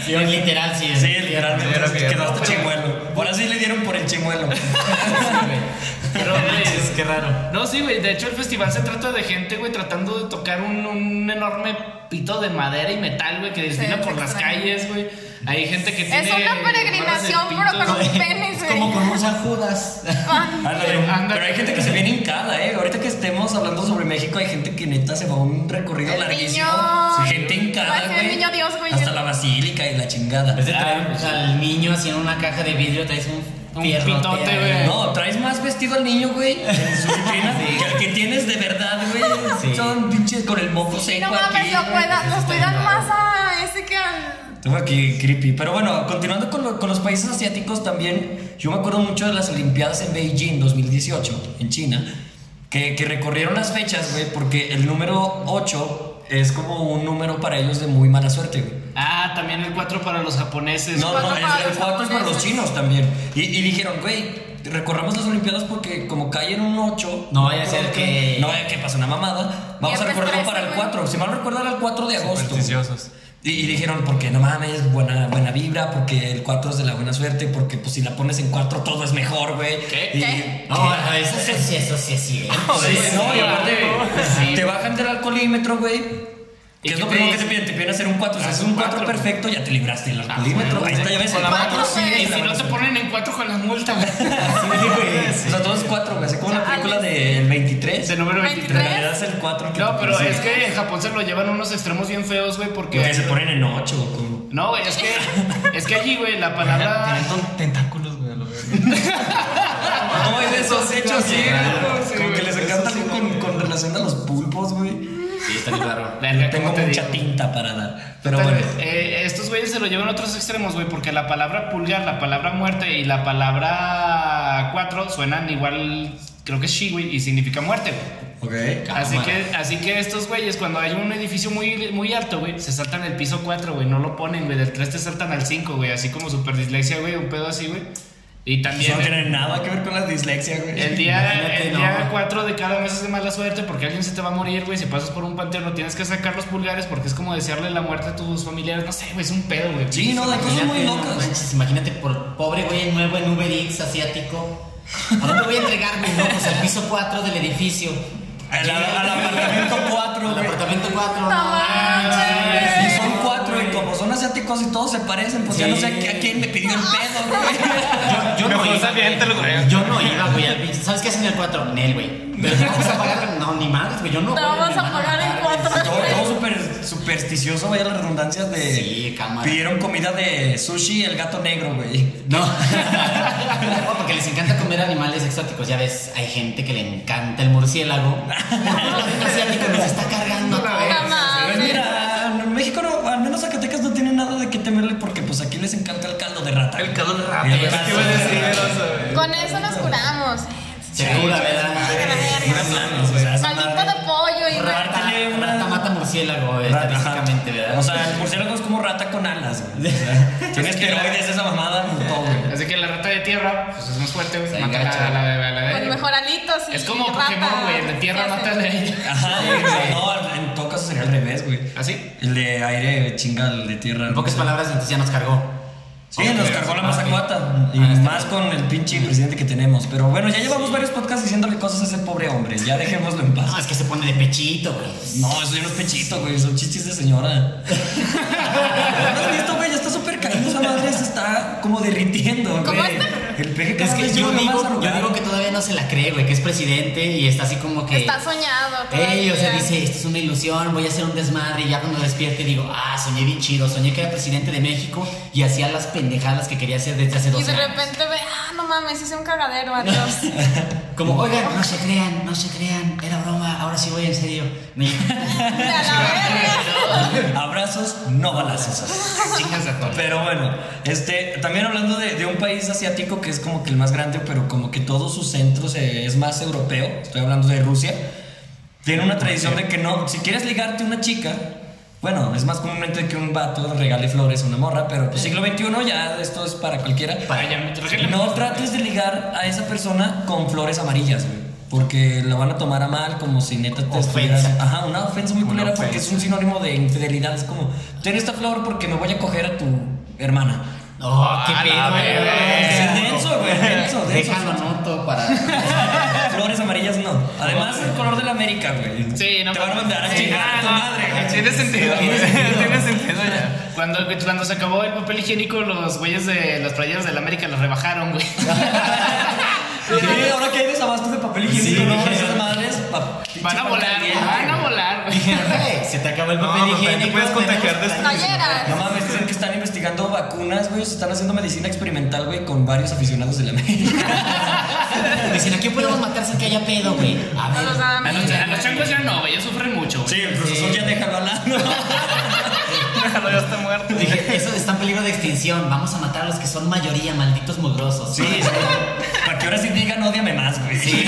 Speaker 5: Sí, literal, sí.
Speaker 4: Sí,
Speaker 5: es-
Speaker 4: literalmente.
Speaker 6: Era bien.
Speaker 4: Quedaste chimuelo. Ahora sí le dieron por el chimuelo.
Speaker 2: Pero,
Speaker 5: No
Speaker 2: güey,
Speaker 5: manches, qué raro.
Speaker 2: No, sí, güey. De hecho, el festival se trata de gente, güey, tratando de tocar un, un enorme pito de madera y metal, güey, que desfila
Speaker 7: Sí,
Speaker 2: por las
Speaker 7: extraño.
Speaker 2: calles, güey. Hay gente que tiene.
Speaker 7: Es una peregrinación,
Speaker 2: barras de
Speaker 7: pero con
Speaker 2: pitos.
Speaker 7: un pene, güey.
Speaker 5: Como con un San Judas.
Speaker 4: Ándale.
Speaker 2: Ándale.
Speaker 4: Pero hay gente que se viene hincada, ¿eh? Ahorita que estemos hablando sobre México, hay gente que neta se va a un recorrido
Speaker 7: El
Speaker 4: larguísimo.
Speaker 7: niño.
Speaker 4: Sí, Gente
Speaker 7: Va a
Speaker 4: hincada,
Speaker 7: ser el
Speaker 4: güey.
Speaker 7: niño Dios, güey.
Speaker 4: Hasta la basílica y la chingada.
Speaker 5: En vez de traer al
Speaker 4: pues.
Speaker 5: niño así en una caja de vidrio, traes un,
Speaker 2: Un
Speaker 5: fierrote
Speaker 2: pitote,
Speaker 5: ahí.
Speaker 7: Ah.
Speaker 2: güey.
Speaker 4: No, traes más vestido al niño, güey, en su vitrina, que al que tienes de verdad, güey.
Speaker 5: Sí.
Speaker 4: Son pinches con el moco
Speaker 7: Sí,
Speaker 4: seco
Speaker 7: no
Speaker 4: aquí.
Speaker 7: mames, lo
Speaker 4: güey.
Speaker 7: cuidan, los cuidan más a ese que al.
Speaker 4: Estuvo aquí creepy. Pero bueno, continuando con, lo- con los países asiáticos también, yo me acuerdo mucho de las Olimpiadas en Beijing 2018, en China, que, que recorrieron las fechas, güey, porque el número 8 es como un número para ellos de muy mala suerte, güey.
Speaker 2: Ah, también el 4 para los japoneses.
Speaker 4: No, no,
Speaker 7: Cuatro
Speaker 4: el,
Speaker 7: para
Speaker 4: el
Speaker 7: los
Speaker 4: cuatro es para los
Speaker 7: japoneses.
Speaker 4: chinos también. Y, y dijeron, güey, recorramos las Olimpiadas porque como cae en un 8,
Speaker 5: No vaya a ser que-
Speaker 4: No vaya a que pase una mamada. Vamos a
Speaker 7: Viernes
Speaker 4: recordarlo
Speaker 7: 13,
Speaker 4: para el
Speaker 7: güey.
Speaker 4: 4. Si mal recuerdo, era el 4 de agosto.
Speaker 6: Supersticiosos.
Speaker 4: Y, y dijeron, porque no mames, buena, buena vibra, porque el 4 es de la buena suerte, porque pues si la pones en 4 todo es mejor, güey.
Speaker 2: ¿Qué?
Speaker 4: Y-
Speaker 7: ¿Qué?
Speaker 5: No, a eso sí, sí, eso sí,
Speaker 4: Sí,
Speaker 5: sí.
Speaker 4: Pues no, y aparte,
Speaker 2: Sí.
Speaker 4: te bajan del alcoholímetro, güey.
Speaker 2: ¿Y
Speaker 4: Que
Speaker 2: qué
Speaker 4: es lo
Speaker 2: te
Speaker 4: primero que te
Speaker 2: dicen?
Speaker 4: piden, te piden hacer un 4. O sea,
Speaker 2: Haz
Speaker 4: es
Speaker 2: un
Speaker 4: un 4
Speaker 2: cuatro.
Speaker 4: perfecto, ya te libraste del alcoholímetro. Ahí está, ya ves
Speaker 2: Ah, Con
Speaker 4: el
Speaker 2: la
Speaker 7: mano,
Speaker 4: cuatro, sí,
Speaker 7: güey.
Speaker 4: es
Speaker 2: Y
Speaker 4: la
Speaker 2: si no
Speaker 4: buena
Speaker 2: te
Speaker 4: suerte.
Speaker 2: ponen en 4 con la multa, güey.
Speaker 4: O sea, todos cuatro, güey. Así como la película
Speaker 2: De
Speaker 4: del 23.
Speaker 2: número
Speaker 4: En
Speaker 2: 23.
Speaker 4: realidad es el 4.
Speaker 2: No, pero es que en Japón se lo llevan a unos extremos bien feos, güey, porque.
Speaker 4: Que se ponen en 8. Como...
Speaker 2: No, güey, es que. Es que allí, güey, la palabra.
Speaker 6: Tienen tentáculos, güey, a lo verga.
Speaker 4: No, es de esos hechos, sí.
Speaker 6: claro,
Speaker 4: güey.
Speaker 6: sí,
Speaker 4: Como que
Speaker 6: güey,
Speaker 4: les
Speaker 6: eso
Speaker 4: encanta
Speaker 6: sí,
Speaker 4: algo
Speaker 6: güey.
Speaker 4: con, con relación a los pulpos, güey.
Speaker 5: Sí, está bien raro.
Speaker 2: Verga,
Speaker 4: Tengo
Speaker 2: ¿cómo te
Speaker 4: mucha
Speaker 2: digo?
Speaker 4: tinta para dar. Pero
Speaker 2: Tal
Speaker 4: bueno.
Speaker 2: vez, eh, estos güeyes se lo llevan a otros extremos, güey, porque la palabra pulgar, la palabra muerte y la palabra cuatro suenan igual, creo que es shi, güey, y significa muerte, güey.
Speaker 4: Ok.
Speaker 2: Así que, así que estos güeyes, cuando hay un edificio muy, muy alto, güey, se saltan el piso 4, güey, no lo ponen, güey, del 3 te saltan al 5, güey, así como super dislexia, güey, un pedo así, güey. Y también eh,
Speaker 4: No tiene nada que ver con la dislexia, güey.
Speaker 2: el día,
Speaker 5: Imagínate,
Speaker 2: el
Speaker 5: no.
Speaker 2: día 4 de cada mes es de mala suerte porque alguien se te va a morir, güey. Si pasas por un panteón, no tienes que sacar los pulgares porque es como desearle la muerte a tus familiares. No sé, güey, es un pedo, güey.
Speaker 4: Sí, no, de cosas muy
Speaker 5: Imagínate, no
Speaker 4: locas.
Speaker 5: manches, imagínate por pobre güey nuevo en Uber Eats asiático. ¿A dónde voy a entregarme? No, pues al piso 4 del edificio.
Speaker 4: Al, al apartamento 4,
Speaker 5: Al
Speaker 4: güey.
Speaker 5: apartamento 4.
Speaker 7: No manches.
Speaker 4: Y son cuatro, y como son asiáticos y todos se parecen, pues ya no sé a quién le pidieron pedo, güey.
Speaker 5: Yo no
Speaker 6: Mejor
Speaker 5: iba,
Speaker 6: sabiéntalo,
Speaker 5: güey.
Speaker 6: güey.
Speaker 5: Yo no iba, güey. al pinche- ¿Sabes qué hacen el 4? Nel, güey. Pero no vamos a pagar. No, ni madres, güey. Yo no.
Speaker 7: Te
Speaker 5: voy,
Speaker 7: vamos
Speaker 5: me
Speaker 7: a
Speaker 5: van
Speaker 7: pagar en
Speaker 5: matar,
Speaker 7: cuatro.
Speaker 5: güey.
Speaker 4: Todo, todo super- supersticioso, vaya las redundancias de.
Speaker 5: Sí, cámara.
Speaker 4: Pidieron comida de sushi el gato negro, güey.
Speaker 5: No. No, porque les encanta comer animales exóticos. Ya ves, hay gente que le encanta el murciélago. El asiático nos está cargando.
Speaker 7: Puta
Speaker 4: Pues
Speaker 7: madre.
Speaker 4: mira, en México, no, al menos Zacatecas no tiene nada de qué temerle porque, pues aquí les encanta el caldo de rata.
Speaker 6: El calor de
Speaker 4: El
Speaker 6: rata, güey.
Speaker 4: caldo
Speaker 6: ¿Qué iba a
Speaker 4: de
Speaker 6: decir?
Speaker 4: rata.
Speaker 6: Eso, güey.
Speaker 7: Con eso nos curamos.
Speaker 5: Segura, ¿verdad?
Speaker 4: Mames, güey, esa
Speaker 7: Caldito
Speaker 4: madre.
Speaker 7: de pollo y
Speaker 4: Rata.
Speaker 7: rata.
Speaker 4: Dale una-
Speaker 5: Rata mata murciélago, eh,
Speaker 4: Rata,
Speaker 5: estadísticamente,
Speaker 4: ajá.
Speaker 5: ¿verdad?
Speaker 4: O sea, el murciélago es como rata con alas, güey. O sea, tiene esteroides esa mamada en todo, güey.
Speaker 2: Así que la rata de tierra, pues es más fuerte, güey.
Speaker 5: Se
Speaker 2: Mata
Speaker 5: engancha.
Speaker 2: la, la, la- la- la-
Speaker 7: Con Pues, mejor alitos y
Speaker 2: Es como
Speaker 7: rata.
Speaker 2: Pokémon, güey. El de tierra
Speaker 7: Sí,
Speaker 2: mata
Speaker 7: sí.
Speaker 2: la ella.
Speaker 4: Ajá, güey, pero no, en todo caso sería al revés, güey.
Speaker 2: ¿Así?
Speaker 4: El de aire chinga el de tierra.
Speaker 5: en pocas palabras, entonces ya nos cargó.
Speaker 4: Sí,
Speaker 6: Ok,
Speaker 4: nos cargó la
Speaker 6: ok.
Speaker 4: mazacuata. Y
Speaker 5: Ah, está
Speaker 4: más con el pinche presidente que tenemos. Pero bueno, ya llevamos varios podcasts diciéndole cosas a ese pobre hombre. Ya dejémoslo en
Speaker 5: No,
Speaker 4: paz.
Speaker 5: es que se pone de pechito, güey.
Speaker 4: No, eso ya no es pechito, güey. Son chichis de señora. ¿No has visto, güey? Ya está súper caliente esa madre. Se está como derritiendo, güey.
Speaker 7: ¿Cómo está?
Speaker 4: El peje
Speaker 5: Es que yo digo, yo digo que todavía no se la cree, güey, que es presidente y está así como que.
Speaker 7: Está soñado.
Speaker 5: Ey, o sea,
Speaker 7: todavía.
Speaker 5: dice, esto es una ilusión, voy a hacer un desmadre. Y ya cuando despierte digo, ah, soñé bien chido, soñé que era presidente de México y hacía las pendejadas que quería hacer desde hace
Speaker 7: Y
Speaker 5: dos
Speaker 7: de
Speaker 5: años.
Speaker 7: repente ve, ah, no mames, hice un cagadero, adiós.
Speaker 5: Como, oigan, no se crean, no se crean, era broma, ahora sí voy en serio. Ni-
Speaker 7: De a la verga.
Speaker 4: Abrazos, no balazos.
Speaker 5: Chingas a todos.
Speaker 4: Pero bueno, este, también hablando de, de un país asiático que es como que el más grande, pero como que todos sus centros eh, es más europeo, estoy hablando de Rusia, tiene una tradición de que no, si quieres ligarte a una chica, bueno, es más comúnmente que un vato regale flores a una morra, pero pues siglo XXI ya esto es para cualquiera.
Speaker 5: Para-
Speaker 6: ya me traje la-
Speaker 4: No trates de ligar a esa persona con flores amarillas, güey. Porque la van a tomar a mal, como si neta te
Speaker 5: Ofensa.
Speaker 4: estuvieras. Ajá, una ofensa muy
Speaker 6: Una
Speaker 4: culera porque
Speaker 6: ofensa.
Speaker 4: es un sinónimo de infidelidad. Es como, ten esta flor porque me voy a coger a tu hermana.
Speaker 5: No, qué
Speaker 6: A la
Speaker 5: pedo,
Speaker 4: Es
Speaker 5: güey.
Speaker 4: denso, güey, denso, denso.
Speaker 5: Déjalo anoto para.
Speaker 4: Flores amarillas no. Además, el color de la América, güey.
Speaker 2: Sí, no
Speaker 4: Te van a mandar a
Speaker 2: Sí,
Speaker 4: chingar a tu
Speaker 2: no,
Speaker 4: madre, güey.
Speaker 6: Tiene sentido, güey.
Speaker 4: Tiene sentido.
Speaker 6: Tiene sentido ya.
Speaker 2: Cuando, cuando se acabó el papel higiénico, los güeyes de los playeros del América los rebajaron, güey.
Speaker 4: Sí, ahora que hay desabastos de papel higiénico, no, esas madres. pa-
Speaker 2: Van a
Speaker 4: pinche
Speaker 2: volar,
Speaker 4: papel
Speaker 2: van a
Speaker 4: higiénico.
Speaker 2: volar, güey.
Speaker 5: Dije, "Güey, se te acabó el papel
Speaker 6: No, papá,
Speaker 5: higiénico.
Speaker 6: te puedes
Speaker 5: tenemos
Speaker 6: contagiar de
Speaker 5: hasta-
Speaker 6: esto".
Speaker 7: Talleras.
Speaker 4: No mames, dicen que están investigando vacunas, güey. se Están haciendo medicina experimental, güey, con varios aficionados de la América.
Speaker 5: Dicen, ¿a quién podemos matar sin que haya pedo, güey? A
Speaker 7: No los
Speaker 5: ver.
Speaker 2: A los, a los changos ya no, güey, ya sufren mucho, güey.
Speaker 4: Sí, el profesor ya déjalo hablando.
Speaker 6: Déjalo, ya está muerto.
Speaker 5: Dije, eso está en peligro de extinción. Vamos a matar a los que son mayoría, malditos mugrosos.
Speaker 4: Sí, sí. Para que ahora sí digan, ódiame más, güey. Sí.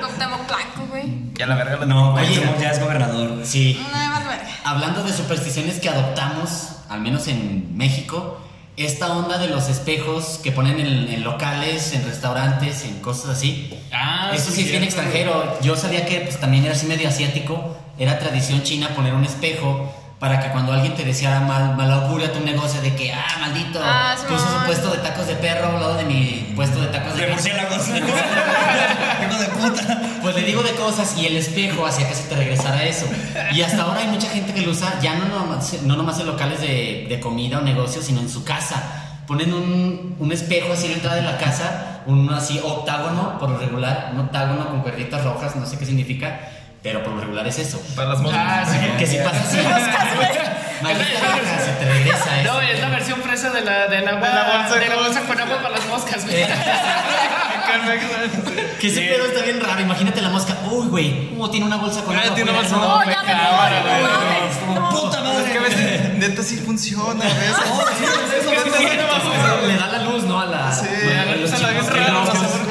Speaker 7: Cuauhtémoc Blanco, güey.
Speaker 6: Ya la verga
Speaker 4: No,
Speaker 6: güey.
Speaker 4: güey,
Speaker 5: Oye.
Speaker 4: Cuauhtémoc ya es gobernador.
Speaker 5: Sí.
Speaker 7: No me más verga.
Speaker 5: Hablando de supersticiones que adoptamos, al menos en México, esta onda de los espejos que ponen en, en locales, en restaurantes, en cosas así.
Speaker 2: Ah,
Speaker 5: Eso sí es bien
Speaker 2: cierto.
Speaker 5: extranjero. Yo sabía que pues, también era así medio asiático. Era tradición china poner un espejo para que cuando alguien te deseara mal, mal augurio a tu negocio de que, ah, maldito,
Speaker 7: Ah, sí,
Speaker 5: puso su
Speaker 7: mamá.
Speaker 5: puesto de tacos de perro al lado de mi puesto de tacos de
Speaker 4: De murciélagos. Hijo de puta.
Speaker 5: pues le digo de cosas y el espejo hacía que se te regresara eso. Y hasta ahora hay mucha gente que lo usa, ya no nomás, no nomás en locales de, de comida o negocios, sino en su casa. Ponen un, un espejo así en la entrada de la casa, uno así octágono, por lo regular, un octágono con cuerditas rojas, no sé qué significa, pero por lo regular es eso.
Speaker 6: Para las motos.
Speaker 2: Ah, sí.
Speaker 5: Que si pasas así, maldita verga, se te regresa eso.
Speaker 2: No, es la versión fresa de la, del agua-
Speaker 6: De la bolsa
Speaker 2: de la
Speaker 6: con-
Speaker 2: bolsa con agua para las moscas, güey.
Speaker 5: Eh,
Speaker 6: Perfecto.
Speaker 5: que ese pedo está bien raro, imagínate la mosca. Uy, güey, ¿cómo tiene una bolsa con
Speaker 6: Ah,
Speaker 5: agua
Speaker 6: tiene
Speaker 5: afuera,
Speaker 6: una bolsa
Speaker 5: no?
Speaker 7: No, Oh, ya me
Speaker 6: cámara,
Speaker 7: voy, no
Speaker 6: güey,
Speaker 7: mames, no.
Speaker 4: Puta
Speaker 6: Es que a
Speaker 4: madre.
Speaker 6: veces, neta, sí funciona, ¿ves?
Speaker 4: No, sí, eso va a ser-
Speaker 5: Le da la luz, ¿no? A la.
Speaker 6: Sí,
Speaker 5: bueno,
Speaker 6: a la luz
Speaker 5: los
Speaker 6: a la
Speaker 5: chicos
Speaker 6: vez
Speaker 5: que
Speaker 6: rara,
Speaker 5: no-
Speaker 6: no sé por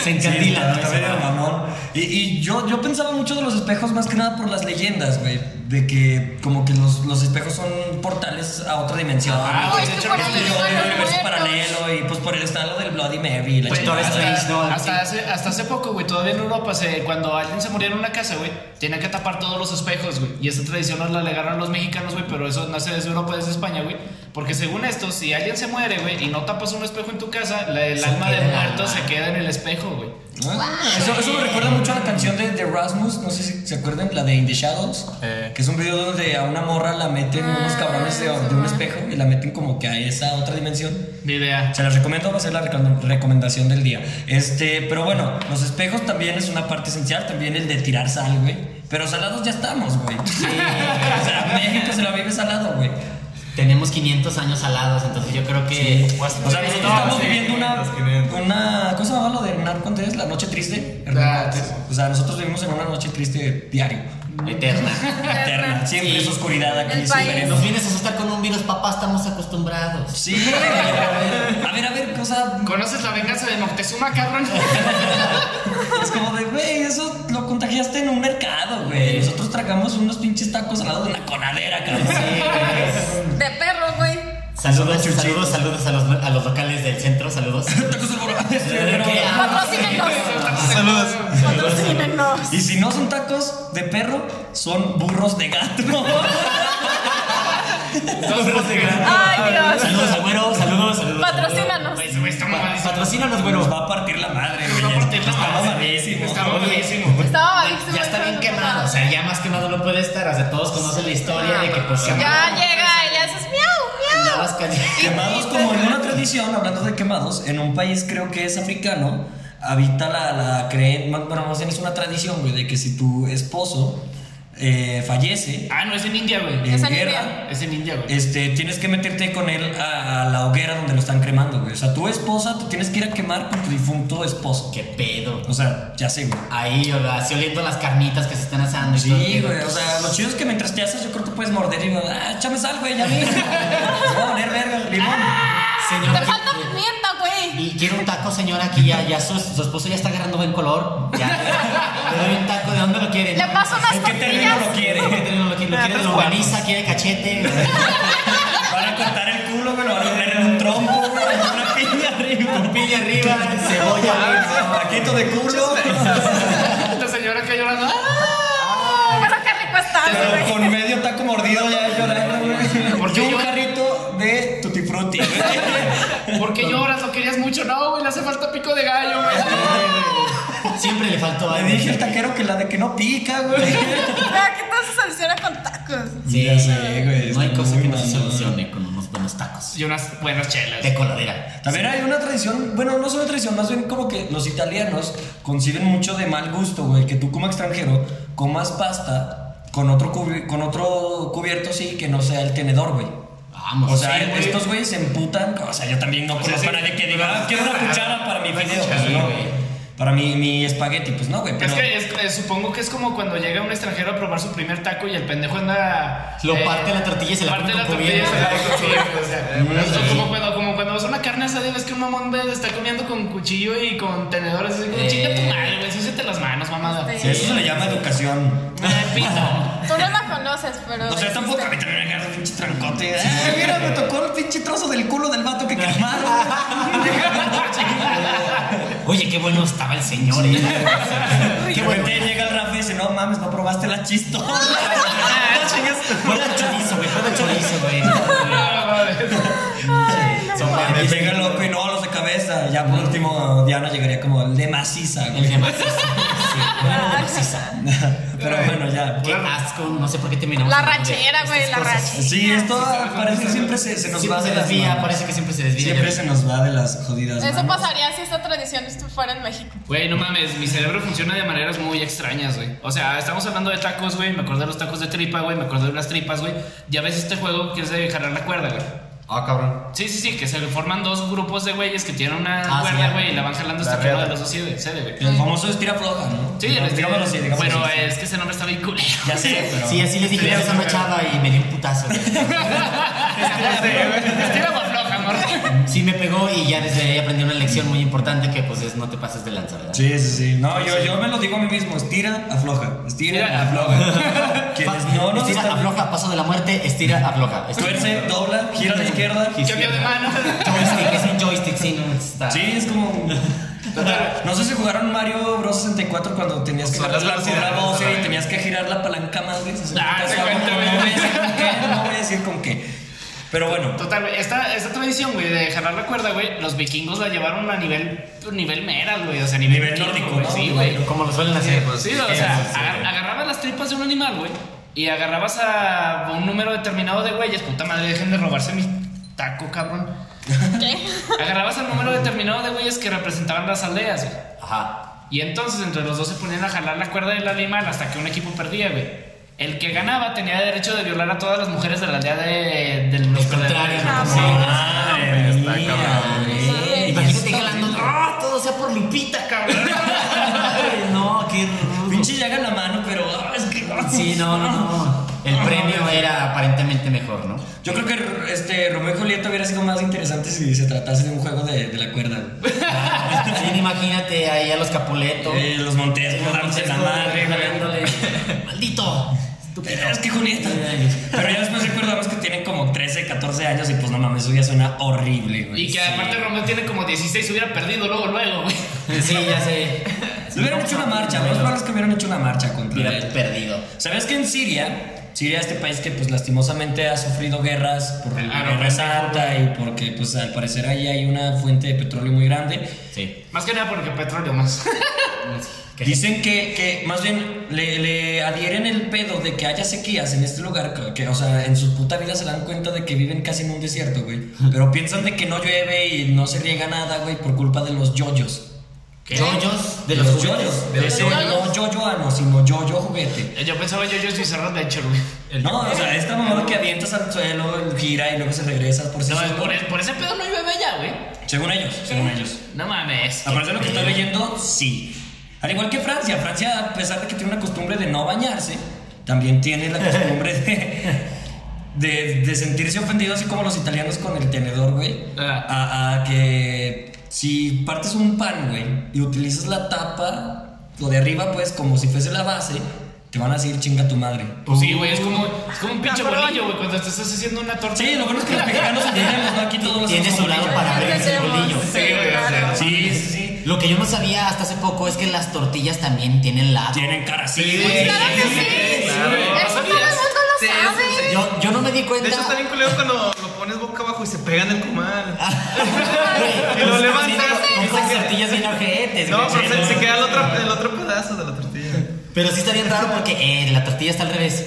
Speaker 5: Se
Speaker 4: Sí,
Speaker 5: encandila.
Speaker 4: está- está medio mamón. Y, y yo, yo pensaba mucho de los espejos más que nada por las leyendas, güey. De que como que los, los espejos son portales a otra dimensión.
Speaker 2: Ah,
Speaker 7: Uy,
Speaker 2: pues,
Speaker 7: es
Speaker 2: de
Speaker 7: que
Speaker 2: hecho,
Speaker 7: por
Speaker 2: que
Speaker 7: ahí
Speaker 4: Y
Speaker 2: estoy
Speaker 4: yo
Speaker 7: están
Speaker 4: en
Speaker 7: los
Speaker 4: el este, universo
Speaker 7: muertos.
Speaker 4: paralelo y pues por ahí está lo del Bloody Mary y la
Speaker 2: Güey,
Speaker 4: chingada.
Speaker 5: Doctor
Speaker 2: hasta,
Speaker 5: Strange, ¿no? Algo
Speaker 2: hasta hace, hasta hace poco, güey, todavía en Europa, se- cuando alguien se murió en una casa, güey, tenían que tapar todos los espejos, güey. Y esa tradición nos la legaron los mexicanos, güey, pero eso nace desde Europa, desde España, güey. Porque según esto, si alguien se muere, güey, y no tapas un espejo en tu casa, la- el
Speaker 5: Se
Speaker 2: alma del
Speaker 5: queda.
Speaker 2: muerto se queda en el espejo, güey.
Speaker 4: Ah, Eso, eso me recuerda mucho a la canción de, de Rasmus, no sé si se acuerdan, la de In the Shadows,
Speaker 6: Eh.
Speaker 4: que es un video donde a una morra la meten unos cabrones de, de un espejo y la meten como que a esa otra dimensión.
Speaker 2: Ni idea.
Speaker 4: Se las recomiendo, va a ser la recom- recomendación del día. Este, pero bueno, los espejos también es una parte esencial, también el de tirar sal, güey. Pero salados ya estamos, güey. o sea, México se la vive salado, güey.
Speaker 5: Tenemos 500 años salados, entonces yo creo que. pues,
Speaker 4: O sea, nosotros estamos
Speaker 6: sí,
Speaker 4: viviendo una,
Speaker 6: los 500.
Speaker 4: una. ¿Cómo se llama lo de Hernán Cortés? La noche triste. Hernán
Speaker 2: Ah,
Speaker 4: Cortés. O sea, nosotros vivimos en una noche triste diario.
Speaker 5: Eterna.
Speaker 4: Eterna. Siempre es oscuridad aquí,
Speaker 7: El país.
Speaker 4: superemos.
Speaker 5: Nos vienes a asustar con un virus, papá, estamos acostumbrados.
Speaker 4: Sí, güey, a ver, a ver, a ver, cosa.
Speaker 2: ¿Conoces la venganza de Moctezuma, cabrón?
Speaker 4: Es como de, güey, eso lo contagiaste en un mercado, güey. Nosotros tragamos unos pinches tacos al lado de una conadera, cabrón.
Speaker 7: De perro, güey.
Speaker 5: pues. Saludos, saludos, saludos a los, a los locales del centro, saludos.
Speaker 4: Tacos al borracho, pero-
Speaker 5: ¿Qué hago?
Speaker 7: Patrocínenos.
Speaker 6: Saludos.
Speaker 7: Patrocínenos.
Speaker 4: Y si no son tacos de perro, son burros de gato.
Speaker 2: Dos podcasts.
Speaker 7: Ay, Dios.
Speaker 5: Saludos al güero, saludos, saludos.
Speaker 7: Patrocínanos.
Speaker 2: Güey, ese güey está
Speaker 5: Pa-
Speaker 2: mamadísimo.
Speaker 5: Patrocínanos,
Speaker 4: Bueno,
Speaker 5: güero.
Speaker 4: va a partir la madre, güey.
Speaker 2: Está por ti, está
Speaker 4: Está
Speaker 2: mamadísimo.
Speaker 4: mamadísimo.
Speaker 2: Está mamadísimo, güey.
Speaker 7: Estaba malísimo.
Speaker 5: Ya está bien
Speaker 7: eso.
Speaker 5: quemado, o sea, ya más quemado no puede estar. O sea, todos conocen la historia de que pues se
Speaker 7: Ya llega y ya haces miau, miau.
Speaker 5: Andabas caliente.
Speaker 4: Quemados como en una tradición, hablando de quemados, en un país creo que es africano, habita la, la creencia, bueno, más bien es una tradición, güey, de que si tu esposo eh, fallece
Speaker 2: Ah, no, es en India, güey.
Speaker 4: en
Speaker 7: Esa ni idea.
Speaker 4: guerra,
Speaker 2: Es en India, güey.
Speaker 4: este, tienes que meterte con él a, a la hoguera donde lo están cremando, güey. O sea, tu esposa, tú tienes que ir a quemar con tu difunto esposo.
Speaker 5: Qué pedo.
Speaker 4: O sea, ya sé, güey.
Speaker 5: Ahí, o sea, así oliendo las carnitas que se están asando. y todo el
Speaker 4: Sí,
Speaker 5: pedo.
Speaker 4: güey, o sea, lo chido es que mientras te haces, yo creo que puedes morder y ah, échame sal, güey, ya vi. Se va a poner verga el limón.
Speaker 5: Señor,
Speaker 7: Te falta pimienta, güey.
Speaker 5: Y quiero un taco, señora, aquí ya, ya su, su esposo ya está agarrando buen color. Ya, le doy un taco, ¿de dónde lo quiere?
Speaker 7: Le paso unas
Speaker 4: ¿En qué terreno lo
Speaker 7: tortillas.
Speaker 5: ¿Quiere? ¿Qué
Speaker 4: quiere?
Speaker 5: terreno lo quiere? ¿Lo quiere de longaniza? ¿Quiere cachete?
Speaker 4: Van a cortar el culo, güey, lo van a poner en un trompo, güey, con una piña arriba.
Speaker 5: Pilla arriba, cebolla arriba.
Speaker 4: Taquito de culo,
Speaker 2: Esta señora que "Ah, llorando.
Speaker 7: Pero qué rico está,
Speaker 4: pero
Speaker 7: güey.
Speaker 4: con medio taco mordido ya llorando, güey.
Speaker 2: ¿Por qué
Speaker 4: Y un
Speaker 2: llora?
Speaker 4: carrito de tutti frutti, güey.
Speaker 2: "Ah, ¿Por qué lloras? ¿Lo querías mucho? No, güey, le hace falta pico de gallo, güey.
Speaker 5: Siempre le faltó
Speaker 4: Le
Speaker 5: algo.
Speaker 4: dije al taquero que la de que no pica, güey.
Speaker 7: Ah, ¿Qué tal se soluciona con tacos?
Speaker 5: Sí,
Speaker 4: Ya sé, güey,
Speaker 5: No hay
Speaker 4: está
Speaker 5: cosa
Speaker 4: muy
Speaker 5: que no se
Speaker 4: mamón.
Speaker 5: solucione con unos buenos tacos.
Speaker 2: Y unas buenas chelas.
Speaker 5: De coladera.
Speaker 4: También hay una tradición, bueno, no solo tradición, más bien como que los italianos conciben mucho de mal gusto, güey, que tú como extranjero comas pasta con otro, cubi- con otro cubierto, sí, que no sea el tenedor, güey.
Speaker 5: Vamos.
Speaker 4: O sea,
Speaker 2: Sí, güey.
Speaker 4: estos güeyes se emputan. O sea, yo también no conozco
Speaker 2: sí.
Speaker 4: a nadie que diga,
Speaker 2: No,
Speaker 4: ah, quiero una
Speaker 2: no,
Speaker 4: cuchara para mi
Speaker 2: no,
Speaker 4: fideo.
Speaker 2: no,
Speaker 4: Pues no,
Speaker 2: no,
Speaker 4: güey. Para mi, mi espagueti, pues no, güey. Pero
Speaker 2: Es que es- eh, supongo que es como cuando llega un extranjero a probar su primer taco y el pendejo anda. eh,
Speaker 5: Lo parte la tortilla y se la
Speaker 2: parte
Speaker 5: come
Speaker 2: la
Speaker 5: con
Speaker 2: tortilla y se la come
Speaker 5: cubierto.
Speaker 2: con cubierto, o sea, es como cuando, como cuando vas a una carne asada y ves que un mamón ve- está comiendo con cuchillo y con tenedores. Así como,
Speaker 5: Eh.
Speaker 2: chinga tu madre, güey, ensuciate las manos, mamada.
Speaker 7: Sí.
Speaker 4: eso se le llama educación.
Speaker 2: Eh, pito.
Speaker 7: Tú no la conoces, pero.
Speaker 4: O sea,
Speaker 7: existe.
Speaker 4: tampoco a mí también me agarra un pinche trancote. Ay, ah, mira, me tocó el pinche trozo del culo del vato que quemaron.
Speaker 5: Oye, qué bueno estaba el señor, eh.
Speaker 4: Qué buen día llega el Rafa y dice, no mames, no probaste la chistosa.
Speaker 5: Fue de chorizo, güey. Fue de chorizo, güey.
Speaker 2: Ah, madre.
Speaker 5: Son
Speaker 4: Me
Speaker 5: mames.
Speaker 4: llega el loco y no, los de cabeza. Ya por último, Diana llegaría como el de maciza. güey.
Speaker 5: El de maciza. Sí, el de maciza.
Speaker 4: Pero bueno, ya. pues,
Speaker 5: Qué asco, no sé por qué terminamos.
Speaker 7: La
Speaker 5: hablando de
Speaker 7: ranchera, güey,
Speaker 5: estas
Speaker 7: la
Speaker 5: cosas.
Speaker 7: ranchera.
Speaker 4: Sí, esto parece siempre se, se nos va
Speaker 5: Siempre
Speaker 4: de
Speaker 5: se
Speaker 4: las
Speaker 5: desvía,
Speaker 4: manos.
Speaker 5: parece que siempre se desvía.
Speaker 4: Siempre se nos va de las jodidas.
Speaker 7: Eso
Speaker 4: manos.
Speaker 7: pasaría si esta tradición estu- fuera en México.
Speaker 2: Güey, no mames, mi cerebro funciona de maneras muy extrañas, güey. O sea, estamos hablando de tacos, güey, me acordé de los tacos de tripa, güey, me acordé de unas tripas, güey. Ya ves este juego que es de jalar la cuerda, güey.
Speaker 6: Ah, cabrón.
Speaker 2: Sí, sí, sí, que se forman dos grupos de güeyes que tienen una
Speaker 5: Ah, sí,
Speaker 2: cuerda,
Speaker 5: ya.
Speaker 2: güey, y la van jalando hasta
Speaker 6: La
Speaker 2: que uno
Speaker 6: red.
Speaker 2: de los dos cede, cede, güey.
Speaker 4: El famoso estira floja, ¿no?
Speaker 2: Sí,
Speaker 4: no,
Speaker 2: el estilo-
Speaker 4: digámoslo así, digámoslo
Speaker 2: Bueno, eh,
Speaker 4: así.
Speaker 2: es que ese nombre está bien culero.
Speaker 4: Ya sé, pero.
Speaker 5: Sí, así les dije a una chava y me dio un putazo. güey.
Speaker 2: Estira por floja, amor.
Speaker 5: Sí, me pegó y ya desde ahí aprendí una lección muy importante que pues es no te pases de lanza, ¿verdad?
Speaker 4: Sí, sí, sí. No, yo, yo me lo digo a mí mismo. Estira, afloja. Estira,
Speaker 2: Estira,
Speaker 4: afloja. Quienes
Speaker 5: Pa-
Speaker 4: no nos
Speaker 5: estira,
Speaker 4: están...
Speaker 5: afloja, paso de la muerte, estira, afloja. Estira.
Speaker 4: Tuerce, dobla, gira a la izquierda.
Speaker 2: Cambio de mano.
Speaker 5: Joystick, es un joystick, sí, no está.
Speaker 4: Sí, es como... No sé si jugaron Mario Bros 64 cuando tenías que
Speaker 6: Son
Speaker 4: jalar
Speaker 6: las
Speaker 4: la
Speaker 6: velocidades,
Speaker 4: cola
Speaker 6: ¿no?
Speaker 4: y tenías que girar la palanca más veces.
Speaker 2: Ah,
Speaker 4: Entonces,
Speaker 2: te cuento,
Speaker 4: no,
Speaker 2: güey.
Speaker 4: no voy a decir con qué, no voy a decir con qué. Pero bueno,
Speaker 2: Total, güey, esta, esta tradición, güey, de jalar la cuerda, güey, los vikingos la llevaron a nivel, pues, nivel meras, güey, o sea, nivel,
Speaker 4: Nivel
Speaker 2: vikingo,
Speaker 4: nórdico,
Speaker 2: güey,
Speaker 4: ¿no?
Speaker 2: Sí, güey.
Speaker 5: Como lo suelen hacer. Eh,
Speaker 6: pues,
Speaker 2: Sí, o
Speaker 5: Eso,
Speaker 2: sea,
Speaker 5: sí.
Speaker 2: agar- agarrabas las tripas de un animal, güey, y agarrabas a un número determinado de güeyes. Puta madre, dejen de robarse mi taco, cabrón.
Speaker 7: ¿Qué?
Speaker 2: Agarrabas al número determinado de güeyes que representaban las aldeas, güey.
Speaker 5: Ajá.
Speaker 2: Y entonces entre los dos se ponían a jalar la cuerda del animal hasta que un equipo perdía, güey. El que ganaba tenía derecho de violar a todas las mujeres de la aldea de, del
Speaker 5: Lo contrario,
Speaker 2: Ah,
Speaker 5: como-
Speaker 2: sí.
Speaker 4: Madre
Speaker 6: Está
Speaker 4: mía,
Speaker 6: cabrón.
Speaker 4: güey.
Speaker 5: Imagínate jalando. ¡Ah! Todo sea por Lupita, cabrón. Ay, no, qué rudo.
Speaker 4: Pinche llega la mano, pero ah, es que no.
Speaker 5: Sí, no, no, no. El premio era aparentemente mejor, ¿no?
Speaker 4: Yo creo que este Romeo y Julieta hubiera sido más interesante si se tratase de un juego de, de la cuerda. güey.
Speaker 5: Sí, imagínate ahí a los Capuletos.
Speaker 4: Eh, los Montesco, dándose la
Speaker 2: eh,
Speaker 4: madre, güey.
Speaker 5: Maldito.
Speaker 4: Eh, Es que Julieta. Pero ya después recordamos que tienen como 13, 14 años y pues no mames, eso ya suena horrible, güey.
Speaker 2: Y que aparte Romeo tiene como 16, hubiera perdido luego, luego, güey.
Speaker 5: Sí, ya sé.
Speaker 4: Le hubieran hecho una marcha, los malos que hubieran hecho una marcha contra
Speaker 5: Mira,
Speaker 4: él.
Speaker 5: perdido.
Speaker 4: ¿Sabías que en Siria Siria, este país que pues lastimosamente ha sufrido guerras por la
Speaker 2: Claro,
Speaker 4: Guerra
Speaker 2: Ah, pendejo,
Speaker 4: Santa y porque pues al parecer ahí hay una fuente de petróleo muy grande.
Speaker 5: Sí.
Speaker 2: Más que nada porque petróleo más.
Speaker 4: Dicen que, que más bien le, le adhieren el pedo de que haya sequías en este lugar, que, que, o sea, en su puta vida se dan cuenta de que viven casi en un desierto, güey. Pero piensan de que no llueve y no se riega nada, güey, por culpa de los yoyos.
Speaker 5: Yoyos de los yoyos.
Speaker 4: De los yoyos. No yoyoano, sino yoyo juguete.
Speaker 2: Yo pensaba yo, yo soy cerrado de hecho, güey.
Speaker 4: No, o sea, esta mamada que avientas al suelo, gira y luego se regresas por sí
Speaker 2: No,
Speaker 4: solo.
Speaker 2: por, por ese pedo no iba ya, güey.
Speaker 4: Según ellos, según ellos.
Speaker 2: No mames.
Speaker 4: A partir de lo que estoy leyendo, sí. Al igual que Francia, Francia, a pesar de que tiene una costumbre de no bañarse, también tiene la costumbre de, de, de sentirse ofendido, así como los italianos con el tenedor, güey.
Speaker 2: Ah.
Speaker 4: A, a que si partes un pan, güey, y utilizas la tapa, lo de arriba, pues, como si fuese la base, te van a decir chinga tu madre.
Speaker 2: Pues sí, güey, es como, es como un pinche
Speaker 7: Cabrón.
Speaker 2: bolillo, güey, cuando te estás haciendo una torta.
Speaker 4: Ah, Sí, lo bueno es que los mexicanos entendemos, ¿no? Aquí todos los
Speaker 5: Tiene su lado para abrir el
Speaker 7: Tenemos,
Speaker 5: bolillo.
Speaker 7: sí,
Speaker 2: Sí, güey, o sea,
Speaker 7: claro.
Speaker 4: Sí, sí, sí.
Speaker 5: Ah, Lo que yo no sabía hasta hace poco es que las tortillas también tienen lado.
Speaker 4: Tienen cara así,
Speaker 6: Sí,
Speaker 4: güey.
Speaker 7: Claro que sí.
Speaker 6: claro.
Speaker 7: Eso todo el mundo lo
Speaker 6: Sí, sí,
Speaker 7: sabe.
Speaker 6: sí.
Speaker 5: Yo, yo no me di cuenta.
Speaker 6: De hecho, está bien culero cuando lo pones boca abajo y se pega en el comal.
Speaker 5: Güey,
Speaker 6: Y lo
Speaker 5: pues,
Speaker 6: levantas
Speaker 5: con
Speaker 6: y se
Speaker 5: esas
Speaker 6: queda-
Speaker 5: tortillas bien ojetes,
Speaker 6: No,
Speaker 5: güey.
Speaker 6: pero se, se queda el otro, el otro pedazo de la tortilla.
Speaker 5: Pero sí está bien raro porque eh, la tortilla está al revés.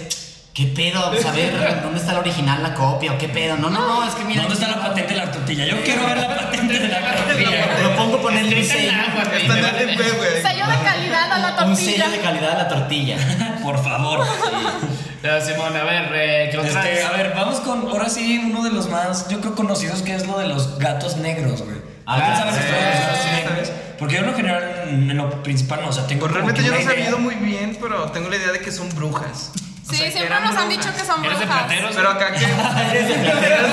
Speaker 5: ¿Qué pedo? Pues, a ver, ¿dónde está la original, la copia o qué pedo? No, no, no, es que mira.
Speaker 4: ¿Dónde está la patente de la tortilla? Yo quiero ver la patente de la tortilla.
Speaker 5: Propongo ponerle un
Speaker 2: Escrita en
Speaker 5: sello.
Speaker 2: agua, güey.
Speaker 6: Está
Speaker 2: me
Speaker 6: en
Speaker 2: vale-
Speaker 6: el MP, güey.
Speaker 7: Sello de calidad a la
Speaker 5: Un
Speaker 7: tortilla.
Speaker 5: sello de calidad a la tortilla.
Speaker 4: Por favor.
Speaker 2: No, Simón, a ver, eh, ¿qué otra?
Speaker 4: Este, a ver, vamos con ahora sí uno de los más, yo creo, conocidos que es lo de los gatos negros, güey.
Speaker 5: Ah,
Speaker 4: ¿Alguien sabe
Speaker 5: sí.
Speaker 4: qué son los gatos negros? Porque yo en lo general, en lo principal, no, o sea, tengo
Speaker 6: Pues
Speaker 4: como
Speaker 6: realmente
Speaker 4: que
Speaker 6: yo no he
Speaker 4: una idea.
Speaker 6: sabido muy bien, pero tengo la idea de que son brujas. O
Speaker 7: Sí,
Speaker 6: sea, que
Speaker 7: siempre
Speaker 6: eran
Speaker 7: nos han
Speaker 6: brujas.
Speaker 7: dicho que son
Speaker 2: ¿Eres de
Speaker 7: brujas.
Speaker 2: plateros?
Speaker 6: Pero acá que. ¿Eres de plateros?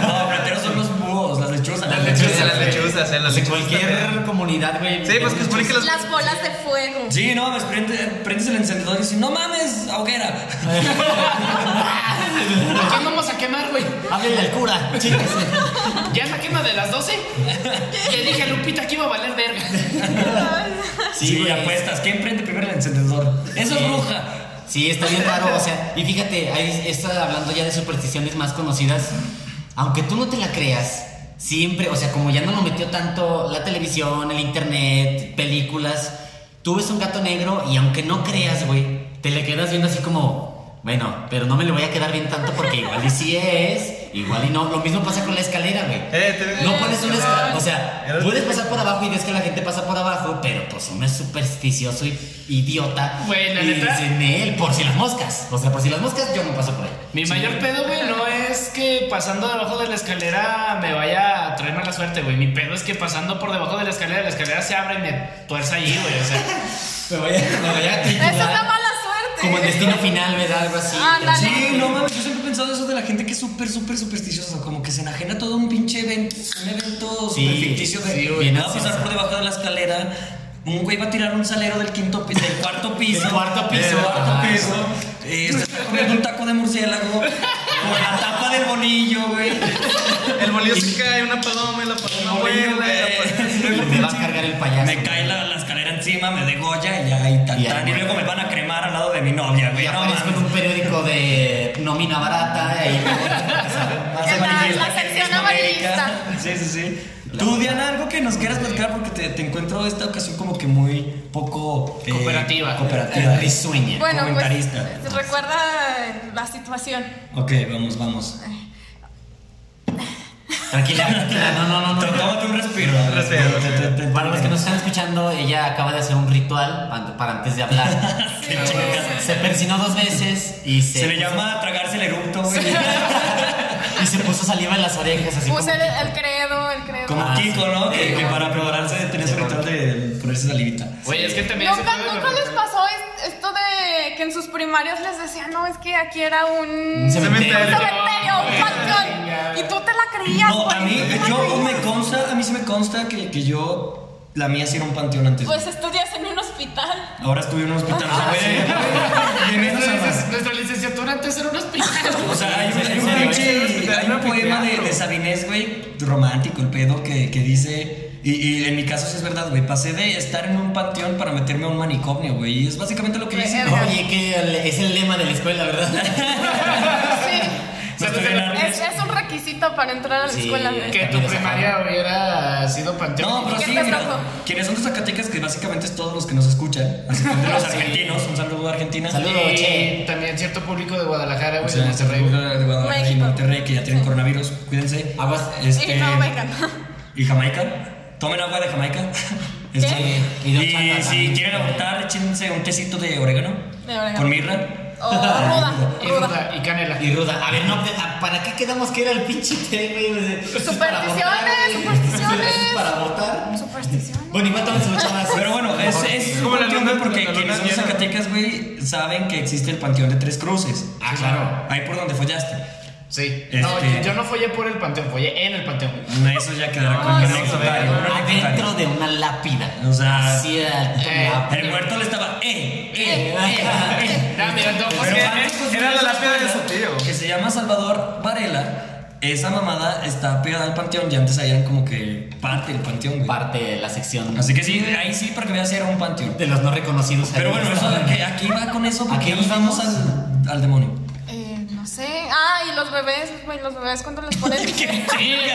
Speaker 4: No, plateros son los búhos, las lechuzas.
Speaker 6: Las lechuzas, las lechuzas, eh, las
Speaker 5: En
Speaker 6: lechuzas.
Speaker 5: cualquier comunidad, güey.
Speaker 6: Sí, pues que supone que las.
Speaker 7: Las bolas de fuego.
Speaker 4: Sí, no, pues prende- prendes el encendedor y dices, no mames, hoguera.
Speaker 2: ¿A quién vamos a quemar, güey?
Speaker 5: Háblenle al cura, chíquese.
Speaker 2: ¿Ya es la quema de las 12? Le dije a Lupita que iba a valer verga.
Speaker 4: Sí, güey, apuestas. ¿Quién prende primero el encendedor? Eso
Speaker 5: Sí.
Speaker 4: es bruja.
Speaker 5: Sí, está bien raro, o sea, y fíjate, ahí está hablando ya de supersticiones más conocidas, aunque tú no te la creas, siempre, o sea, como ya no lo metió tanto la televisión, el internet, películas, tú ves un gato negro y aunque no creas, güey, te le quedas viendo así como, bueno, pero no me le voy a quedar bien tanto porque igual y sí es, igual y no, lo mismo pasa con la escalera, güey.
Speaker 6: Eh, te-
Speaker 5: No pones una escalera, o sea, puedes pasar por abajo y ves que la gente pasa por abajo, pero pues uno es supersticioso y idiota.
Speaker 2: Güey, la
Speaker 5: y
Speaker 2: neta.
Speaker 5: dice, "Nel, por si las moscas. O sea, por si las moscas, yo no paso por ahí.
Speaker 2: Mi
Speaker 5: Sí.
Speaker 2: mayor pedo, güey, no es que pasando debajo de la escalera me vaya a traer mala suerte, güey. Mi pedo es que pasando por debajo de la escalera, la escalera se abre y me tuerza allí, güey. O sea,
Speaker 5: Me voy a, me voy a
Speaker 7: Esa
Speaker 5: triturar.
Speaker 7: es la mala
Speaker 5: Como el
Speaker 7: suerte.
Speaker 5: destino final, ¿verdad? Algo así.
Speaker 7: Ándale.
Speaker 4: Sí, no mames, yo siempre he pensado eso de la gente que es súper, súper supersticiosa, como que se enajena todo un pinche evento, un evento
Speaker 5: Sí,
Speaker 4: súper ficticio de
Speaker 5: sí,
Speaker 4: que
Speaker 5: güey,
Speaker 4: va a pasar
Speaker 5: ansiosa.
Speaker 4: por debajo de la escalera, un güey va a tirar un salero del quinto piso, del cuarto piso,
Speaker 5: Del cuarto piso,
Speaker 4: del cuarto
Speaker 5: ajá,
Speaker 4: piso, eh, se está comiendo un taco de murciélago, con la tapa del bolillo, güey,
Speaker 6: El bolillo se cae, una paloma y la paloma
Speaker 4: Bolillo,
Speaker 6: vuela. y la
Speaker 4: güey.
Speaker 6: paloma-
Speaker 5: Y pues, me va a cargar el payaso.
Speaker 4: me cae la, la escalera encima, me degolla y ya, y tan,
Speaker 5: Y ya,
Speaker 4: tan, y
Speaker 5: güey.
Speaker 4: luego me van a cremar al lado de mi novia,
Speaker 5: Y
Speaker 4: güey, no
Speaker 5: aparezco en
Speaker 4: mames.
Speaker 5: un periódico de nómina barata. Y
Speaker 7: Que la-
Speaker 5: ahí
Speaker 7: la sección amarillista.
Speaker 4: Sí, sí, sí. Tú, Diana, algo que nos quieras platicar porque te, te encuentro esta ocasión como que muy poco eh,
Speaker 2: Cooperativa.
Speaker 5: Eh.
Speaker 4: Cooperativa.
Speaker 5: Risueña.
Speaker 7: Bueno,
Speaker 4: Comentarista.
Speaker 7: pues recuerda la situación.
Speaker 4: Ok, vamos, vamos.
Speaker 5: Tranquila, tranquila, no, no, no. no.
Speaker 4: Tó- Tómate un respiro.
Speaker 6: respiro,
Speaker 4: Te- te- te- te-
Speaker 5: Para los que nos están escuchando, ella acaba de hacer un ritual an- para antes de hablar.
Speaker 7: Sí.
Speaker 5: se persinó dos veces y se,
Speaker 4: Se le
Speaker 5: puso-
Speaker 4: llama tragarse el eructo, güey.
Speaker 5: y se puso saliva en las orejas así
Speaker 7: Puse
Speaker 5: como,
Speaker 7: el, el credo, el credo.
Speaker 4: Como
Speaker 5: Ah,
Speaker 4: Kiko,
Speaker 5: sí.
Speaker 4: ¿no? Que,
Speaker 5: Sí,
Speaker 4: que
Speaker 5: como-
Speaker 4: para prepararse tenía su ritual de ponerse salivita.
Speaker 2: güey, es que también ese
Speaker 7: Nunca,
Speaker 2: pedo de
Speaker 7: nunca les
Speaker 2: repente-
Speaker 7: pasó es- esto de que en sus primarios les decían, no, es que aquí era un
Speaker 5: Se me-
Speaker 7: un
Speaker 6: Cementerio.
Speaker 7: cementerio, un panteón. Y tú te la creías. pues.
Speaker 4: No,
Speaker 7: güey,
Speaker 4: a mí,
Speaker 7: tú te la
Speaker 4: yo
Speaker 7: creías.
Speaker 4: me consta, a mí sí me consta que, que yo, la mía sí era un panteón antes.
Speaker 7: Pues estudias en un hospital.
Speaker 4: Ahora estuve en un hospital.
Speaker 5: Ah,
Speaker 4: güey. Y en eso
Speaker 2: pues, Nuestra,
Speaker 4: se
Speaker 2: lic- nuestra licenciatura antes era un hospital.
Speaker 4: O sea, hay un, hay un
Speaker 5: Sí,
Speaker 4: pinche-
Speaker 6: sí, sí.
Speaker 4: hay un poema de, de Sabinés, güey, romántico, el pedo, que, que dice: Y, y en mi caso sí es verdad, güey. Pasé de estar en un panteón para meterme a un manicomio, güey. Y es básicamente lo que hice.
Speaker 7: Verga.
Speaker 5: Oye, que el- es el lema de la escuela, ¿verdad?
Speaker 7: Sí.
Speaker 4: No estoy en armas.
Speaker 7: Es, es un requisito para entrar a la
Speaker 5: Sí.
Speaker 7: escuela. ¿eh? güey.
Speaker 2: Que tu primaria hubiera sido panteón.
Speaker 4: No, pues, pero
Speaker 7: ¿Qué
Speaker 4: sí,
Speaker 7: te
Speaker 4: mira,
Speaker 7: tocó?
Speaker 4: quienes son de Zacatecas, que básicamente es todos los que nos escuchan, así como de los argentinos, un saludo a Argentina.
Speaker 5: Saludos.
Speaker 2: Y
Speaker 5: Che.
Speaker 2: también cierto público de Guadalajara,
Speaker 4: O
Speaker 2: güey,
Speaker 4: sea,
Speaker 2: de Monterrey.
Speaker 4: de Guadalajara y
Speaker 7: México. Ah,
Speaker 4: Monterrey que ya tienen coronavirus, cuídense.
Speaker 5: Aguas.
Speaker 4: Este,
Speaker 7: Y no, vengan.
Speaker 4: y Jamaica, tomen agua de Jamaica. Este,
Speaker 5: Y
Speaker 4: y
Speaker 5: de horchata
Speaker 4: si
Speaker 5: también.
Speaker 4: quieren abortar, échense un tecito de orégano,
Speaker 7: De orégano.
Speaker 4: con mirra.
Speaker 7: O ruda,
Speaker 2: Y
Speaker 7: ruda.
Speaker 2: ruda, y canela.
Speaker 5: Y ruda. A ver, no, a- ¿para qué quedamos que era el pinche té, güey? Supersticiones,
Speaker 7: Supersticiones, supersticiones.
Speaker 5: Para votar.
Speaker 7: Supersticiones.
Speaker 5: Bueno, igual tomen su chaval.
Speaker 4: Pero bueno, es, es,
Speaker 6: Es como la
Speaker 4: cuestión,
Speaker 6: luna-
Speaker 4: güey, porque
Speaker 6: la luna
Speaker 4: quienes son de
Speaker 6: llena.
Speaker 4: Zacatecas, güey, saben que existe el Panteón de Tres Cruces.
Speaker 2: Ah, claro.
Speaker 4: Ahí por donde follaste.
Speaker 2: Sí.
Speaker 4: Este-
Speaker 2: No, yo- yo no follé por el panteón, follé en el panteón.
Speaker 4: Eso ya quedará como
Speaker 7: No,
Speaker 4: un
Speaker 7: sí.
Speaker 4: anecdotario, un
Speaker 5: Adentro
Speaker 4: anecdotario.
Speaker 5: de una lápida.
Speaker 4: O sea,
Speaker 5: Así era.
Speaker 2: eh,
Speaker 5: la-
Speaker 4: El muerto le estaba, eh, eh,
Speaker 2: No, mira, no, pues,
Speaker 4: Pero
Speaker 2: que-
Speaker 4: antes
Speaker 6: era la
Speaker 4: construyeron esa
Speaker 6: lápida de su
Speaker 4: escuela
Speaker 6: tío.
Speaker 4: pues, Que se llama Salvador Varela. Esa mamada está pegada al panteón y antes ahí eran como que parte del panteón, güey.
Speaker 5: eh. Parte de la sección
Speaker 4: Así que sí, ahí sí, para que veas si era un panteón.
Speaker 5: de los no reconocidos.
Speaker 4: Pero bueno, eso, que aquí va con eso
Speaker 5: ¿A
Speaker 4: porque
Speaker 5: qué
Speaker 4: nos
Speaker 5: nos
Speaker 4: vamos
Speaker 5: vamos?
Speaker 4: al, al demonio.
Speaker 7: Eh, no sé. Ah, y los bebés, güey, los bebés cuando les ponen. Güey,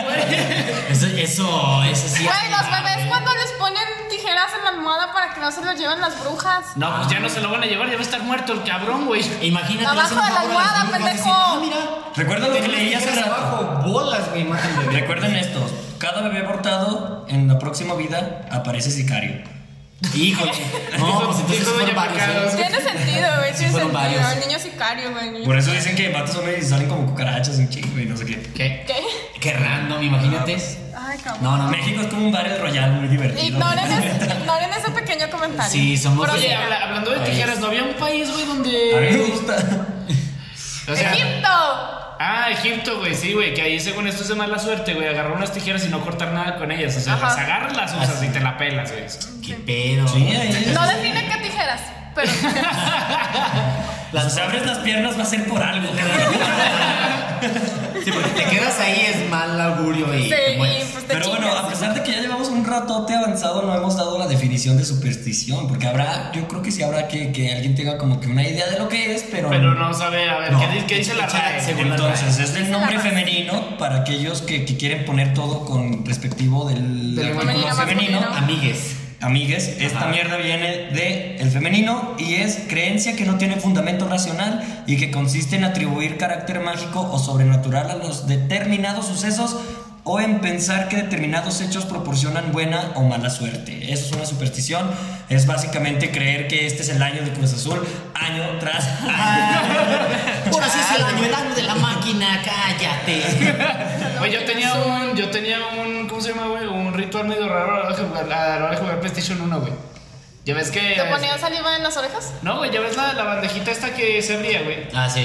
Speaker 5: Eso, eso, eso sí.
Speaker 7: los bebés cuando les ponen tijeras en la almohada para que no se los lleven las brujas.
Speaker 2: No, pues ya no se lo van a llevar, ya va a estar muerto el cabrón, güey.
Speaker 5: Imagínate.
Speaker 7: Abajo
Speaker 5: hacer un
Speaker 7: de la
Speaker 5: favor a las
Speaker 7: almohada,
Speaker 5: brujas,
Speaker 7: pendejo.
Speaker 5: decir, "Ah, mira.
Speaker 4: Recuerda lo que
Speaker 5: Tengo
Speaker 4: leí hace
Speaker 5: tijeras
Speaker 4: rato.
Speaker 5: abajo, Bolas, güey, imagen de bebé.
Speaker 4: Recuerden esto, cada bebé abortado en la próxima vida aparece sicario.
Speaker 5: Híjole. No, pues entonces
Speaker 2: Dijo Doña
Speaker 5: fueron varios.
Speaker 2: Pecado.
Speaker 5: ¿eh?
Speaker 7: Tiene sentido, güey, tiene
Speaker 5: fueron
Speaker 7: sentido.
Speaker 5: varios.
Speaker 7: El niño sicario, güey.
Speaker 4: Por eso dicen que matas a uno y salen como cucarachas, un chingo y no sé qué.
Speaker 2: ¿Qué?
Speaker 7: ¿Qué?
Speaker 5: Qué random, imagínate.
Speaker 7: Ay, cabrón.
Speaker 5: No, no, no.
Speaker 4: México es como un barrio royal muy divertido.
Speaker 7: Ignoren, ese- ignoren ese pequeño comentario.
Speaker 5: Sí, somos-
Speaker 7: Pero
Speaker 2: Oye,
Speaker 7: sí,
Speaker 2: habla- hablando de
Speaker 5: Ahí
Speaker 2: tijeras, ¿no había un país, güey,
Speaker 4: A mí me
Speaker 2: donde.
Speaker 4: gusta.
Speaker 2: O sea,
Speaker 7: ¡Egipto!
Speaker 2: Ah, Egipto, güey, sí, güey, que ahí según esto es de mala suerte, güey, agarrar unas tijeras y no cortar nada con ellas, o sea,
Speaker 7: Ajá.
Speaker 2: las agarras, las usas y te la pelas, güey.
Speaker 5: Qué pedo.
Speaker 4: Sí, ahí es.
Speaker 7: No definen qué tijeras, pero tijeras.
Speaker 4: Las abres las piernas va a ser por algo.
Speaker 5: Sí, porque te quedas ahí es mal augurio y
Speaker 7: Sí,
Speaker 5: te
Speaker 7: y
Speaker 5: mueres.
Speaker 7: pues te
Speaker 4: Pero bueno,
Speaker 7: chingas.
Speaker 4: a pesar de que ya llevamos un ratote avanzado, no hemos dado la definición de superstición, porque habrá, yo creo que sí habrá que, que alguien tenga como que una idea de lo que es, pero...
Speaker 2: Pero no sabe, a ver,
Speaker 5: No.
Speaker 2: ¿qué, di- qué dice la
Speaker 5: Echa-
Speaker 2: RAE?
Speaker 5: según-
Speaker 4: Entonces, es del
Speaker 7: Dice la
Speaker 4: nombre
Speaker 7: RAE.
Speaker 4: femenino para aquellos que, que quieren poner todo con respectivo del,
Speaker 2: Del
Speaker 4: artículo
Speaker 7: femenino, masculino.
Speaker 5: Amigues.
Speaker 4: Amigues, esta
Speaker 5: Ajá.
Speaker 4: mierda viene de el femenino y es creencia que no tiene fundamento racional y que consiste en atribuir carácter mágico o sobrenatural a los determinados sucesos o en pensar que determinados hechos proporcionan buena o mala suerte. Eso es una superstición, es básicamente creer que este es el año de Cruz Azul, año tras año.
Speaker 5: Por así es el año, el año de la máquina, cállate.
Speaker 2: Güey, yo tenía un, yo tenía un, ¿cómo se llama, güey? Un ritual medio raro a la hora de jugar, a la hora de jugar PlayStation 1, güey. Ya ves que...
Speaker 7: ¿Te ponían saliva en las orejas?
Speaker 2: No, güey, ya ves la, la bandejita esta que se abría, güey.
Speaker 5: Ah, sí.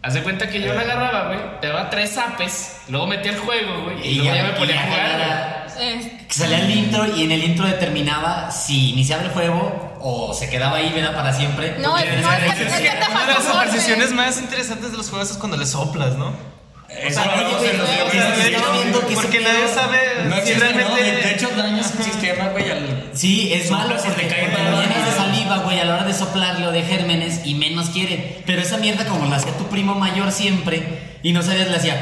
Speaker 2: Haz de cuenta que yo la agarraba, güey, te daba tres zapes, luego metía el juego, güey, y,
Speaker 5: Y
Speaker 2: luego
Speaker 5: ya
Speaker 2: ya me ponía a jugar, güey.
Speaker 7: Eh,
Speaker 5: Que salía el intro y en el intro determinaba si iniciaba el juego o se quedaba ahí, ¿verdad? Para siempre.
Speaker 7: no,
Speaker 5: Porque
Speaker 7: es, no, es, que- es que te
Speaker 6: Una de las
Speaker 7: faltó
Speaker 6: supersticiones
Speaker 7: corte.
Speaker 6: más interesantes de los juegos es cuando le soplas, ¿no?
Speaker 5: O
Speaker 4: Eso
Speaker 5: sea,
Speaker 4: lo
Speaker 5: oye,
Speaker 4: hablamos
Speaker 5: güey,
Speaker 4: en los
Speaker 5: o sea,
Speaker 4: videojuegos.
Speaker 5: estaba viendo que
Speaker 6: Porque
Speaker 5: ese
Speaker 6: nadie
Speaker 5: pedo-
Speaker 6: sabe
Speaker 4: No
Speaker 6: si
Speaker 4: existe, ¿no?
Speaker 6: realmente.
Speaker 4: De de hecho, dañas un sistema, güey, al...
Speaker 5: Sí, es malo
Speaker 4: Soplas y
Speaker 5: porque
Speaker 4: te cae
Speaker 5: porque
Speaker 4: todo.
Speaker 5: lo llenas de saliva, güey, a la hora de soplarlo de gérmenes y menos quiere. Pero esa mierda como la hacía tu primo mayor siempre y no sabías, la hacía.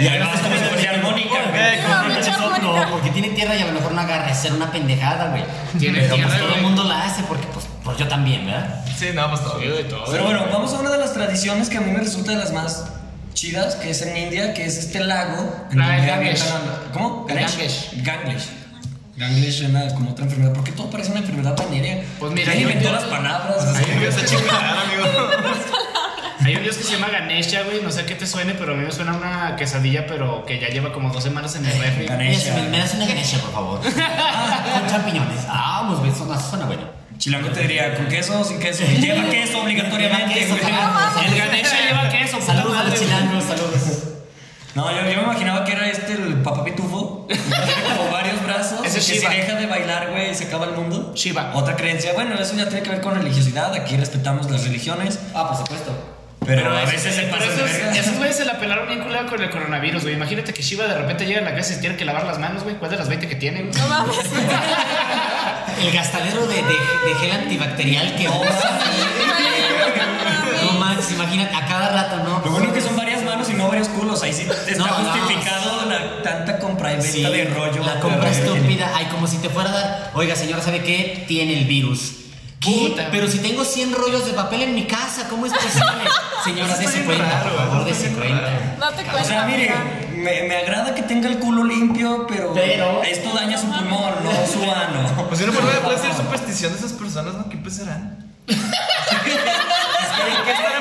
Speaker 4: Y además como si fuese armónica, güey.
Speaker 6: Eh,
Speaker 7: como
Speaker 5: No,
Speaker 7: pinche
Speaker 5: eso
Speaker 7: armónica.
Speaker 5: no, porque tiene tierra y a lo mejor no agarra, es ser una pendejada, güey.
Speaker 2: Tiene
Speaker 5: Pero
Speaker 2: tierra,
Speaker 5: pues todo el
Speaker 2: güey.
Speaker 5: mundo la hace porque pues, pues yo también, ¿verdad?
Speaker 6: Sí, nada más todo.
Speaker 2: de todo.
Speaker 4: Pero bueno, vamos a una de las tradiciones que a mí me resulta de las más chidas, que es en India, que es este lago. En
Speaker 2: La de
Speaker 4: donde
Speaker 2: Ah, Ganges.
Speaker 4: avientan a- ¿Cómo?
Speaker 2: Ganges.
Speaker 4: Ganges. Ganges suena como otra enfermedad. ¿Por qué todo parece una enfermedad tan aérea?
Speaker 2: Pues mira,
Speaker 4: ¿Quién
Speaker 2: yo-
Speaker 4: inventó
Speaker 2: yo-
Speaker 4: las palabras? O sea,
Speaker 6: Ahí me está chingada, amigo.
Speaker 2: Hay un dios que se llama Ganesha, güey, no sé a qué te suene, pero a mí me suena una quesadilla, pero que ya lleva como dos semanas en el refri.
Speaker 4: Ganesha.
Speaker 5: Me, me das una ganesha, por favor. Ah, con champiñones. Ah, pues güey, eso no suena bueno.
Speaker 4: Chilango te diría, ¿con queso o sin queso? Lleva queso obligatoriamente.
Speaker 5: Lleva queso,
Speaker 2: ah,
Speaker 4: güey.
Speaker 5: claro.
Speaker 2: El Ganesha lleva queso, puta
Speaker 5: Saludos a
Speaker 2: madre,
Speaker 5: los
Speaker 2: güey.
Speaker 5: chilangos, saludos.
Speaker 4: No, yo, yo me imaginaba que era este el papá pitufo. que tiene como varios brazos.
Speaker 2: Ese es
Speaker 4: que si
Speaker 2: Shiva.
Speaker 4: deja de bailar, güey, se acaba el mundo.
Speaker 2: Shiva.
Speaker 4: Otra creencia. Bueno, eso ya tiene que ver con religiosidad. Aquí respetamos las religiones.
Speaker 5: Ah, por supuesto.
Speaker 4: Pero, a
Speaker 2: es-
Speaker 4: veces se
Speaker 2: pero
Speaker 4: pasa de
Speaker 2: esos,
Speaker 4: verga.
Speaker 2: esos güeyes se la pelaron bien culera con el coronavirus, güey. Imagínate que Shiva de repente llega a la casa y se tiene que lavar las manos, güey. ¿Cuál de las 20 que tiene, güey?
Speaker 7: No mames.
Speaker 5: El gastadero de, de- de gel antibacterial que No manches, imagínate, a cada rato, ¿no?
Speaker 4: Lo bueno que son varias manos y no varios culos. Ahí sí está
Speaker 5: No, no.
Speaker 4: justificado la tanta compra y venta
Speaker 5: Sí,
Speaker 4: de rollo. eh,
Speaker 5: La compra
Speaker 4: De rollo
Speaker 5: estúpida. Ay, como si te fuera a dar. Oiga, señora, ¿sabe qué? Tiene el virus. ¿Qué?
Speaker 2: Puta.
Speaker 5: Pero si tengo 100 rollos de papel en mi casa, ¿cómo es posible? señora,
Speaker 6: Está
Speaker 5: dése
Speaker 6: bien
Speaker 5: cuenta,
Speaker 6: raro,
Speaker 5: por favor,
Speaker 6: está
Speaker 5: dése
Speaker 6: bien
Speaker 5: cuenta.
Speaker 7: Date
Speaker 4: que- O
Speaker 7: cuenta.
Speaker 4: sea, mire,
Speaker 7: mira.
Speaker 4: me, me agrada que tenga el culo limpio, pero,
Speaker 5: Pero-
Speaker 4: esto daña su pulmón, no su ano.
Speaker 6: Pues yo no puedo puede ser superstición de esas personas, ¿no? ¿Qué pensarán? ¿Qué estarán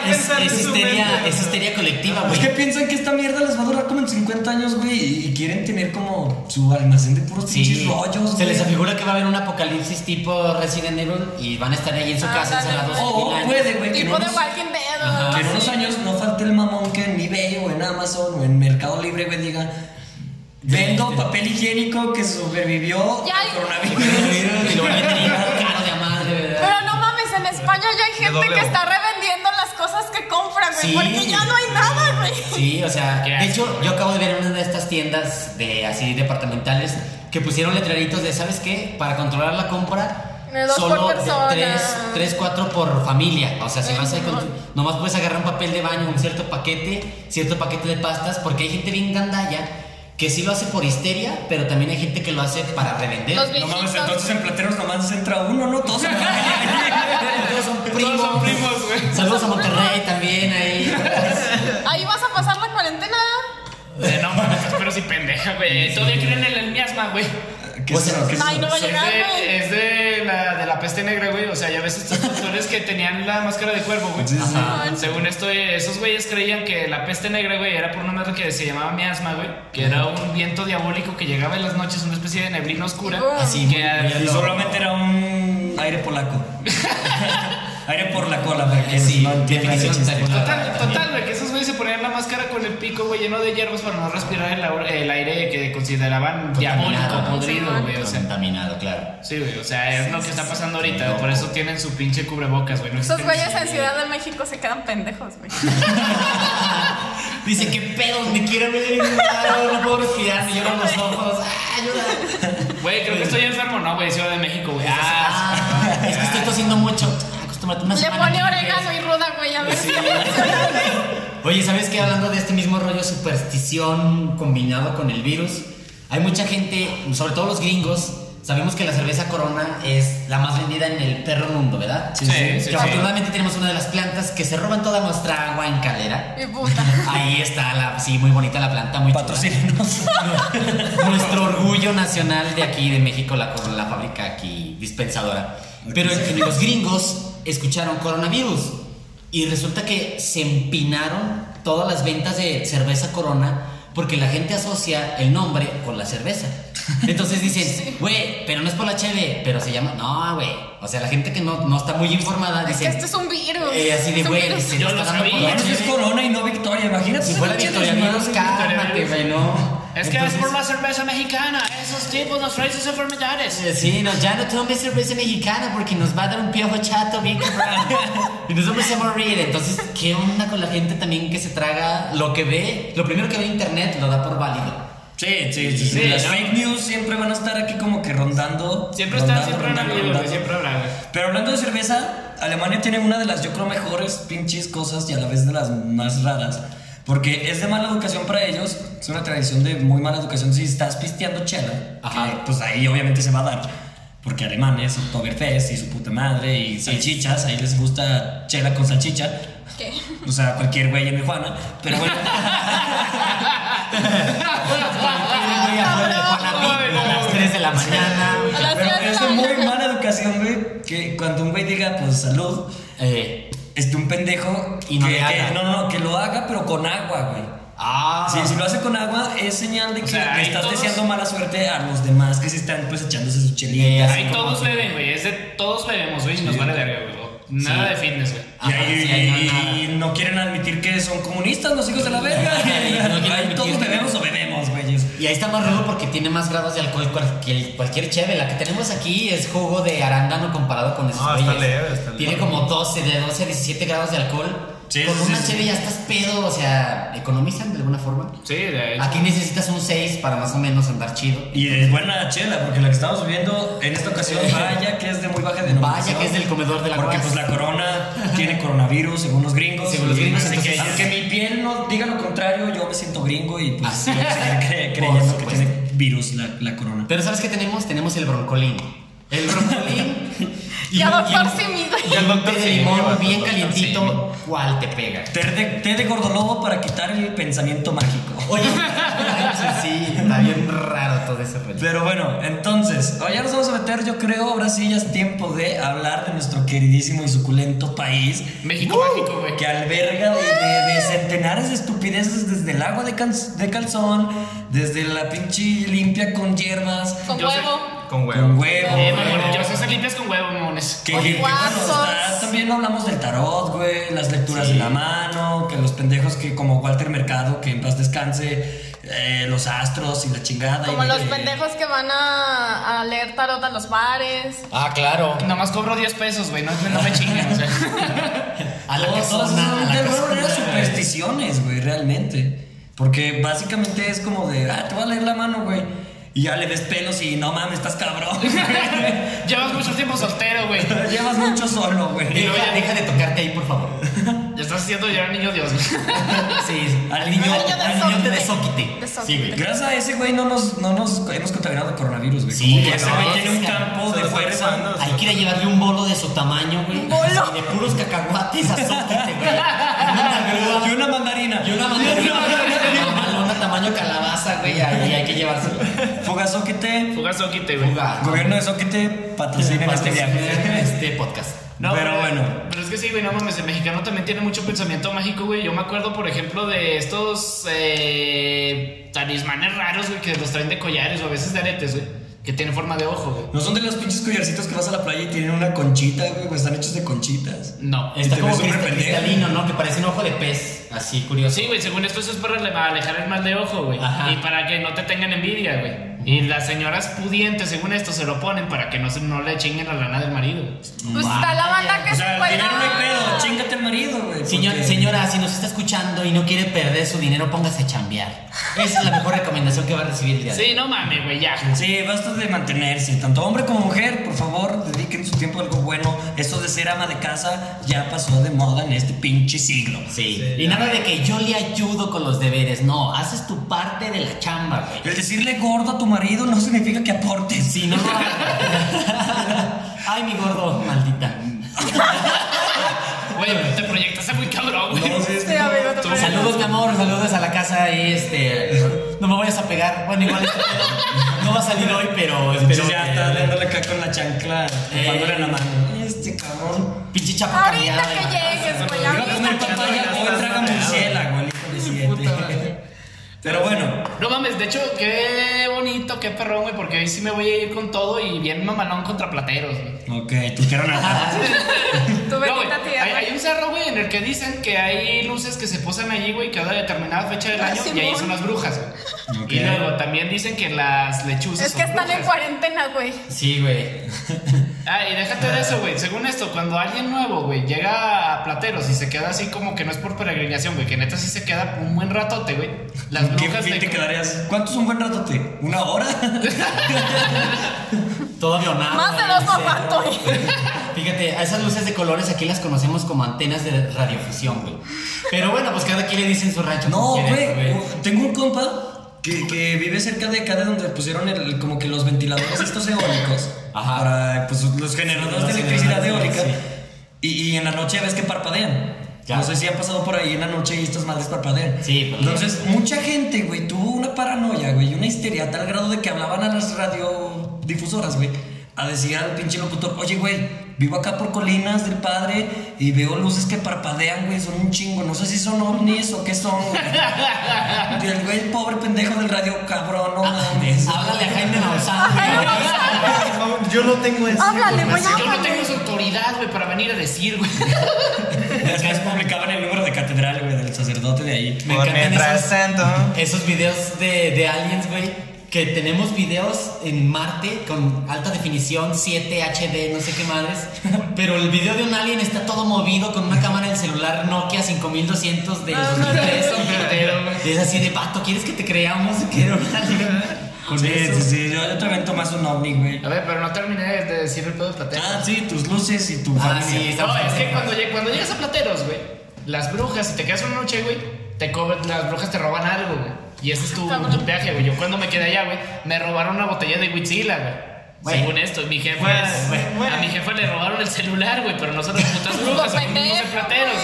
Speaker 5: Es,
Speaker 6: pensando
Speaker 5: es
Speaker 6: en su
Speaker 5: histeria,
Speaker 6: mente?
Speaker 5: es histeria colectiva,
Speaker 4: Es que
Speaker 5: güey.
Speaker 4: Pues, piensan que esta mierda les va a durar como en 50 años, güey, y- y quieren tener como su almacén de puros pinches
Speaker 5: Sí,
Speaker 4: rollos.
Speaker 5: se
Speaker 4: güey.
Speaker 5: les afigura que va a haber un apocalipsis tipo Resident Evil y van a estar ahí en su
Speaker 7: Ah,
Speaker 5: casa
Speaker 7: dale,
Speaker 5: encerrados.
Speaker 7: güey.
Speaker 5: mil
Speaker 4: O
Speaker 6: Oh,
Speaker 5: años.
Speaker 4: puede, güey, que
Speaker 7: Tipo
Speaker 4: no
Speaker 7: de
Speaker 4: nos-
Speaker 7: Walking Dead. o
Speaker 5: Ajá.
Speaker 7: algo
Speaker 4: Que en unos
Speaker 7: así.
Speaker 4: años no falte el mamón que en eBay o en Amazon o en Mercado Libre me diga vendo
Speaker 5: Este.
Speaker 4: papel higiénico que sobrevivió
Speaker 7: Ya hay-
Speaker 4: al coronavirus.
Speaker 5: Y lo van a tener caro de a madre, ¿verdad?
Speaker 7: Pero no mames, en España ya hay gente
Speaker 6: doble
Speaker 7: que
Speaker 6: O.
Speaker 7: está revendiendo las cosas que compra, güey.
Speaker 5: Sí.
Speaker 7: Porque ya no hay nada, güey.
Speaker 5: Sí, o sea,
Speaker 2: Qué
Speaker 5: de hecho, yo acabo de ver en una de estas tiendas de así departamentales que pusieron letreritos de, ¿sabes qué? Para controlar la compra,
Speaker 7: De dos
Speaker 5: solo
Speaker 7: por persona.
Speaker 5: 3, 4 por familia. O sea, si vas ahí con tu- nomás puedes agarrar un papel de baño, un cierto paquete, cierto paquete de pastas, porque hay gente bien gandalla que sí lo hace por histeria, pero también hay gente que lo hace para revender.
Speaker 7: Los
Speaker 4: No
Speaker 7: viejitos.
Speaker 4: mames, entonces en plateros nomás entra uno, ¿no? Todos en familia.
Speaker 5: Todos son primos.
Speaker 2: Todos son primos, güey.
Speaker 5: Saludos a Monterrey también ahí.
Speaker 7: Ahí vas a pasar la cuarentena.
Speaker 2: Eh, No mames, pero si pendeja, güey. Todavía creen en el miasma, güey.
Speaker 4: ¿Qué es eso? ¿Qué es
Speaker 7: Ay,
Speaker 4: eso?
Speaker 7: no va a
Speaker 2: Es de,
Speaker 7: llegar, güey.
Speaker 2: es de la, de la peste negra, güey. O sea, ya ves estos doctores que tenían la máscara de cuervo, güey.
Speaker 4: Sí, sí.
Speaker 2: Ajá. Según esto, eh, esos güeyes creían que la peste negra, güey, era por una madre que se llamaba miasma, güey. Que era un viento diabólico que llegaba en las noches, una especie de neblina oscura.
Speaker 7: Boom.
Speaker 5: Así,
Speaker 2: que,
Speaker 5: muy- muy
Speaker 4: Y
Speaker 5: loco.
Speaker 4: solamente era un aire polaco. aire por la cola, porque
Speaker 5: Sí,
Speaker 4: no entienden ese
Speaker 5: definición
Speaker 4: chiste.
Speaker 5: de-
Speaker 2: Total, total, güey, que esos güeyes se ponían la máscara con el pico, güey, lleno de hierbas para no respirar el, aur- el aire que consideraban diabólico,
Speaker 5: Contaminado.
Speaker 2: podrido, güey. O sea,
Speaker 5: Contaminado, claro.
Speaker 2: sí, güey, o sea, es lo que está pasando ahorita.
Speaker 5: loco.
Speaker 2: Por eso tienen su pinche cubrebocas, güey. no
Speaker 7: Esos
Speaker 2: existen-
Speaker 7: güeyes en Ciudad de México se quedan pendejos, güey.
Speaker 5: Dice, ¿qué pedos? Me quiero ver inundado, no puedo respirar, me lloran los ojos. ¡Ah, ayuda!
Speaker 2: Güey, creo que estoy enfermo, ¿no, güey? Ciudad de México, güey. Ah,
Speaker 5: Ah, es que estoy tosiendo mucho. Acostúmate una
Speaker 7: Le
Speaker 5: semana.
Speaker 7: pone orégano y ruda, güey, a ver si.
Speaker 5: Oye, ¿sabes qué? Hablando de este mismo rollo superstición combinado con el virus, hay mucha gente, sobre todo los gringos, sabemos que la cerveza Corona es la más vendida en el perro mundo, ¿verdad?
Speaker 2: Sí, sí, sí.
Speaker 5: Que afortunadamente tenemos una de las plantas que se roban toda nuestra agua en calera.
Speaker 7: Mi puta.
Speaker 5: Ahí está, la, sí, muy bonita la planta, muy chula.
Speaker 4: Patrocínenos.
Speaker 5: Nuestro orgullo nacional de aquí, de México, la, cor- la fábrica aquí dispensadora. Pero en- los gringos escucharon coronavirus y resulta que se empinaron todas las ventas de cerveza corona porque la gente asocia el nombre con la cerveza. Entonces dicen, güey, pero no es por la cheve, pero se llama. No, güey. O sea, la gente que no, no está muy informada
Speaker 7: Es
Speaker 5: dice.
Speaker 7: que esto Este es un virus.
Speaker 5: eh, así de,
Speaker 7: Es un
Speaker 5: güey,
Speaker 7: virus.
Speaker 5: se
Speaker 2: Yo
Speaker 5: lo está
Speaker 2: lo
Speaker 5: dando por
Speaker 2: sabía.
Speaker 5: la
Speaker 4: Bueno, si es
Speaker 5: cheve.
Speaker 4: corona y no victoria, imagínate.
Speaker 5: Si fuera
Speaker 4: Pinches
Speaker 5: Victoria Virus,
Speaker 4: madres,
Speaker 5: cálmate, güey, no.
Speaker 2: Es que
Speaker 5: Entonces-
Speaker 2: es por la cerveza mexicana. Esos tipos nos traen sus enfermedades.
Speaker 5: Sí, no, ya no tomes cerveza mexicana porque nos va a dar un piojo chato bien cabrón. Y nos vamos a morir. Entonces, ¿qué onda con la gente también que se traga lo que ve? Lo primero que ve en internet lo da por válido.
Speaker 4: Sí, sí, sí.
Speaker 2: Sí,
Speaker 4: Las
Speaker 2: ¿no?
Speaker 4: fake news siempre van a estar aquí como que rondando.
Speaker 2: Siempre está,
Speaker 4: rondando,
Speaker 2: siempre han
Speaker 4: rondando,
Speaker 2: habido, güey.
Speaker 4: rondando.
Speaker 2: Siempre habrá, güey.
Speaker 4: Pero hablando de cerveza, Alemania tiene una de las, yo creo, mejores pinches cosas y a la vez de las más raras. Porque es de mala educación para ellos, es una tradición de muy mala educación. Si estás pisteando chela,
Speaker 5: Ajá.
Speaker 4: que, pues ahí obviamente se va a dar. Porque alemanes, Oktoberfest y su puta madre y salchichas, ahí les gusta chela con salchicha.
Speaker 7: ¿Qué?
Speaker 4: O sea, cualquier güey en Tijuana. Pero bueno.
Speaker 5: Voy a jugar de Juanavit a las 3 de la mañana.
Speaker 7: A las
Speaker 4: Pero
Speaker 7: tres de
Speaker 4: es
Speaker 7: la
Speaker 4: de muy
Speaker 7: mañana.
Speaker 4: mala educación, güey, que cuando un güey diga, pues salud,
Speaker 5: Eh,
Speaker 4: este un pendejo
Speaker 5: Y no
Speaker 4: que,
Speaker 5: le haga.
Speaker 4: que- no, no, que lo haga, pero con agua, güey.
Speaker 5: ah,
Speaker 4: Sí, si lo hace con agua, es señal de que
Speaker 2: sea,
Speaker 4: le
Speaker 2: ahí
Speaker 4: estás
Speaker 2: todos-
Speaker 4: deseando mala suerte a los demás que se están pues echándose sus
Speaker 5: Eh,
Speaker 4: chelitas.
Speaker 2: Ahí
Speaker 5: Así como
Speaker 2: todos
Speaker 5: así.
Speaker 2: beben, güey. Es de todos bebemos, güey. y Nos vale verga, güey. Nada
Speaker 5: Sí.
Speaker 2: de fitness, güey.
Speaker 4: y
Speaker 5: Ajá,
Speaker 4: ahí
Speaker 5: sí, ahí no, nada.
Speaker 4: y no quieren admitir que son comunistas los hijos de la verga.
Speaker 5: No quieren
Speaker 4: Ahí todos
Speaker 5: admitir que-
Speaker 4: bebemos o bebemos, güeyes.
Speaker 5: Y ahí está más rudo porque tiene más grados de alcohol cual- que el- cualquier cheve. La que tenemos aquí es jugo de arándano comparado con esos
Speaker 6: No, está
Speaker 5: güeyes.
Speaker 6: leve, está leve.
Speaker 5: Tiene como 12, de 12 a 17 grados de alcohol.
Speaker 2: Sí,
Speaker 5: Con
Speaker 2: sí,
Speaker 5: una
Speaker 2: sí.
Speaker 5: cheve ya estás pedo, o sea, economizan de alguna forma.
Speaker 2: Sí, de hecho.
Speaker 5: Aquí necesitas un 6 para más o menos andar chido.
Speaker 4: Y es buena chela, porque la que estamos subiendo en esta ocasión, vaya que es de muy baja denominación.
Speaker 5: Vaya que es del comedor de la
Speaker 4: Porque
Speaker 5: UAS.
Speaker 4: pues la corona tiene coronavirus, según los gringos.
Speaker 5: Según los gringos,
Speaker 4: Así que,
Speaker 5: entonces- ah.
Speaker 4: aunque mi piel no diga lo contrario, yo me siento gringo y pues
Speaker 5: Así
Speaker 4: yo voy a
Speaker 5: es.
Speaker 4: seguir cre-
Speaker 5: Por
Speaker 4: creyendo que
Speaker 5: supuesto.
Speaker 4: tiene virus la, la corona.
Speaker 5: Pero ¿sabes qué tenemos? Tenemos el broncolín. El broncolín.
Speaker 7: Y a doctor Simi,
Speaker 5: y
Speaker 7: güey.
Speaker 5: un
Speaker 2: doctor
Speaker 5: té de
Speaker 2: Simi,
Speaker 5: limón
Speaker 2: vato,
Speaker 5: bien
Speaker 2: doctor
Speaker 5: calientito, ¿cuál te pega?
Speaker 4: Té de, té de gordolobo para quitar el pensamiento mágico.
Speaker 5: Oye, pues sí, está bien raro todo ese rollo.
Speaker 4: Pero bueno, entonces, oh, ya nos vamos a meter, yo creo, ahora sí ya es tiempo de hablar de nuestro queridísimo y suculento país.
Speaker 5: ¡Uh!
Speaker 2: México mágico, güey.
Speaker 4: Que alberga de, de- de centenares de estupideces desde el agua de, can- de calzón, desde la pinche limpia con hierbas,
Speaker 7: Con
Speaker 2: Yo sé-
Speaker 7: huevo.
Speaker 4: con
Speaker 6: Con huevo.
Speaker 4: huevo.
Speaker 2: Eh,
Speaker 4: güey.
Speaker 2: mamón, yo sé hacer limpias con huevo, mamones.
Speaker 4: Que,
Speaker 7: Con
Speaker 4: que- que, bueno,
Speaker 7: guasos.
Speaker 4: está- también hablamos del tarot, güey, las lecturas de la mano, que los pendejos que como Walter Mercado, que en paz descanse, eh, los astros y la chingada.
Speaker 7: Como
Speaker 4: y,
Speaker 7: los
Speaker 4: eh,
Speaker 7: pendejos que van a, a leer tarot a los bares.
Speaker 5: Ah, claro.
Speaker 2: Nomás cobro 10 pesos, güey. No, no me chingan, o sea.
Speaker 5: A la
Speaker 4: Todas esas
Speaker 5: casona, a
Speaker 4: son
Speaker 5: la
Speaker 4: de alguna manera
Speaker 5: casona.
Speaker 4: supersticiones, güey, realmente. Porque básicamente es como de, ah, te voy a leer la mano, güey. Y ya le ves pelos y no mames, estás cabrón.
Speaker 2: Llevas mucho tiempo soltero, güey.
Speaker 4: Llevas mucho solo, güey.
Speaker 5: Deja, deja de tocarte ahí, por favor.
Speaker 2: Ya estás haciendo llorar niño Dios, güey.
Speaker 5: Sí, al niño,
Speaker 7: Al niño de
Speaker 5: al niño te
Speaker 7: Zóquite.
Speaker 5: desoquite.
Speaker 7: De Zóquite.
Speaker 5: Sí, güey.
Speaker 4: Gracias a ese güey no nos, no nos hemos contaminado de coronavirus, güey.
Speaker 5: Sí,
Speaker 4: Como que
Speaker 5: ya
Speaker 4: ese güey
Speaker 5: no,
Speaker 4: tiene un
Speaker 5: sí,
Speaker 4: campo
Speaker 6: se
Speaker 4: de
Speaker 6: lo está
Speaker 4: fuerza.
Speaker 6: rifando.
Speaker 5: Hay que ir a llevarle un bolo de su tamaño, güey.
Speaker 7: ¿Un bolo?
Speaker 5: Así De puros cacahuates a Zóquite, güey. Una grúa.
Speaker 4: Y una mandarina.
Speaker 5: Y una mandarina. tamaño calabaza, güey. ahí hay que llevárselo.
Speaker 4: Fuga Zóquete.
Speaker 2: Fuga soquite, güey.
Speaker 5: Fuga.
Speaker 4: Gobierno de Zóquete, patrocinen este
Speaker 5: Patrocinen
Speaker 4: viaje.
Speaker 5: este podcast.
Speaker 4: Pero bueno.
Speaker 2: Pero es que sí, güey, no mames, el mexicano también tiene mucho pensamiento mágico, güey. Yo me acuerdo, por ejemplo, de estos eh, talismanes raros, güey, que los traen de collares o a veces de aretes, güey, que tienen forma de ojo, güey.
Speaker 4: No son de los pinches collarcitos que vas a la playa y tienen una conchita, güey, pues están hechos de conchitas.
Speaker 2: No.
Speaker 4: Y
Speaker 5: Está
Speaker 4: te
Speaker 5: como
Speaker 4: ves súper
Speaker 5: cristal-
Speaker 4: pendejo.
Speaker 5: cristalino, ¿no? Que parece un ojo de pez. Así, curioso.
Speaker 2: Sí, güey, según esto, eso es para ale- alejar el mal de ojo, güey.
Speaker 5: Ajá.
Speaker 2: Y para que no te tengan envidia, güey. Y las señoras pudientes, según esto, se lo ponen para que no, se, no le chinguen la lana del marido. güey.
Speaker 7: Pues está la banda que
Speaker 4: O
Speaker 7: se
Speaker 4: sea, el dinero no hay pedo,
Speaker 7: cuelga.
Speaker 4: chingate al marido, güey.
Speaker 5: Señor-
Speaker 4: porque-
Speaker 5: señora, si nos está escuchando y no quiere perder su dinero, póngase a chambear. Esa es la mejor recomendación que va a recibir el día de hoy.
Speaker 2: Sí, no mames, güey, ya.
Speaker 4: Sí, basta de mantenerse, tanto hombre como mujer, por favor, dediquen su tiempo a algo bueno. Eso de ser ama de casa ya pasó de moda en este pinche siglo.
Speaker 5: Sí. Y nada de que yo le ayudo con los deberes. No, haces tu parte de la chamba, güey.
Speaker 4: El decirle gordo a tu marido no significa que aportes.
Speaker 5: Si no, no. Ay, mi gordo, maldita.
Speaker 2: Güey, te proyectaste muy cabrón, güey.
Speaker 7: Sí, amigo, te parece.
Speaker 5: Saludos, mi amor, saludos a la casa. Este, no me vayas a pegar. Bueno, igual este pedo no va a salir hoy, pero espero.
Speaker 4: Entonces ya
Speaker 5: que-
Speaker 4: está dándole acá con la chancla,
Speaker 5: Eh.
Speaker 4: dándole la mano. Este cabrón.
Speaker 5: Pinche chapa
Speaker 7: Ahorita
Speaker 5: cambiada.
Speaker 7: que llegues, güey.
Speaker 4: Yo
Speaker 7: ahorita.
Speaker 4: comer papaya, hoy traga murciélago, el hijo de siete. Pero bueno.
Speaker 2: No mames, de hecho, qué bonito, qué perrón, güey, porque hoy sí me voy a ir con todo y bien mamalón contra plateros, güey.
Speaker 4: Ok, tú quiero nada.
Speaker 7: Tu
Speaker 2: No, güey,
Speaker 7: bendita
Speaker 2: hay,
Speaker 7: tierra.
Speaker 2: hay un cerro, güey, en el que dicen que hay luces que se posan allí, güey, cada determinada fecha del
Speaker 7: Ah,
Speaker 2: año y
Speaker 7: Simón.
Speaker 2: ahí son las brujas, güey.
Speaker 4: Ok.
Speaker 2: Y luego también dicen que las lechuzas
Speaker 7: Es que
Speaker 2: son
Speaker 7: están en
Speaker 2: brujas.
Speaker 7: cuarentena, güey.
Speaker 5: Sí, güey.
Speaker 2: Ah, y déjate de eso, güey. Según esto, cuando alguien nuevo, güey, llega a plateros y se queda así como que no es por peregrinación, güey, que neta sí se queda un buen ratote, güey. Las
Speaker 4: ¿Qué
Speaker 2: brujas
Speaker 4: fin
Speaker 2: de
Speaker 4: te quedarías? ¿Cuánto es un buen ratote? ¿Una hora?
Speaker 5: Todo avionado.
Speaker 7: Más de
Speaker 5: ahí,
Speaker 7: dos no
Speaker 5: sí.
Speaker 7: aguanto, güey.
Speaker 5: Fíjate, a esas luces de colores aquí las conocemos como antenas de radiofusión, güey. Pero bueno, pues cada quien le dice en su rancho.
Speaker 4: No,
Speaker 5: como quiere,
Speaker 4: güey. oh, Tengo un compa que, que vive cerca de acá de donde pusieron el, como que los ventiladores estos eólicos.
Speaker 5: Ajá.
Speaker 4: Para, pues, los generadores
Speaker 5: Los
Speaker 4: de electricidad
Speaker 5: generadores,
Speaker 4: eólica.
Speaker 5: sí.
Speaker 4: Y, y en la noche ves que parpadean.
Speaker 5: Ya.
Speaker 4: No sé si han pasado por ahí en la noche y estas madres parpadean.
Speaker 5: Sí, pero-
Speaker 4: Entonces, mucha gente, güey, tuvo una paranoia, güey, y una histeria a tal grado de que hablaban a las radiodifusoras, güey, a decir al pinche locutor, oye, güey, vivo acá por colinas del padre y veo luces que parpadean, güey, son un chingo, no sé si son ovnis o qué son, güey. Y el güey, pobre pendejo del radio, cabrón, no mames.
Speaker 5: Háblale a Jaime Maussan,
Speaker 7: Jaime
Speaker 5: güey.
Speaker 6: Ah, Yo no tengo eso.
Speaker 7: Háblale, güey.
Speaker 2: Pues Yo no tengo
Speaker 7: háblale.
Speaker 2: esa autoridad, güey, para venir a decir, güey.
Speaker 4: Después publicaban el número de catedral, güey, del sacerdote de ahí.
Speaker 5: Me encantan
Speaker 6: Mientras
Speaker 5: esos,
Speaker 6: tanto.
Speaker 5: esos videos de, de aliens, güey. que tenemos videos en Marte con alta definición, 7 HD, no sé qué madres, pero el video de un alien está todo movido con una cámara del celular Nokia 5200
Speaker 6: Ah,
Speaker 5: del 2003. Y es así de vato, ¿quieres que te creamos que era un alien? Con
Speaker 4: Sí,
Speaker 5: eso.
Speaker 4: sí, sí. Yo, yo también tomé un ovni, güey.
Speaker 2: A ver, pero no terminé de decir el pedo de Plateros.
Speaker 4: Ah, sí, tus luces y tu
Speaker 5: Ah,
Speaker 4: familia.
Speaker 5: sí,
Speaker 2: No,
Speaker 5: estamos
Speaker 2: es que cuando, lleg- cuando llegas a Plateros, güey, las brujas, si te quedas una noche, güey, te cobran, las brujas te roban algo, güey. Y ese es tu, tu peaje, güey. Yo cuando me quedé allá, güey, me robaron una botella de Huitzila, güey.
Speaker 5: Güey.
Speaker 2: Según esto, mi jefe,
Speaker 6: Güey,
Speaker 2: es-
Speaker 6: güey.
Speaker 2: a mi jefe le robaron el celular, güey, pero no son las putas brujas, son unos
Speaker 7: Pendejo,
Speaker 2: plateros.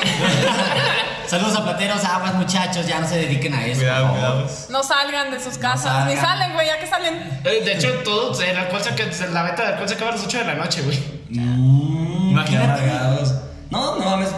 Speaker 5: Saludos a plateros, aguas muchachos, ya no se dediquen a eso.
Speaker 6: Cuidado,
Speaker 5: por favor.
Speaker 6: cuidado.
Speaker 7: No salgan de sus casas,
Speaker 5: salgan.
Speaker 7: ni salen, güey, ya que salen.
Speaker 2: Eh, De hecho, todo, el alcohol se, que- la venta de alcohol se acaba a las 8 de la noche, güey.
Speaker 4: Mm,
Speaker 5: Imagínate.
Speaker 4: qué amargados. No, no mames.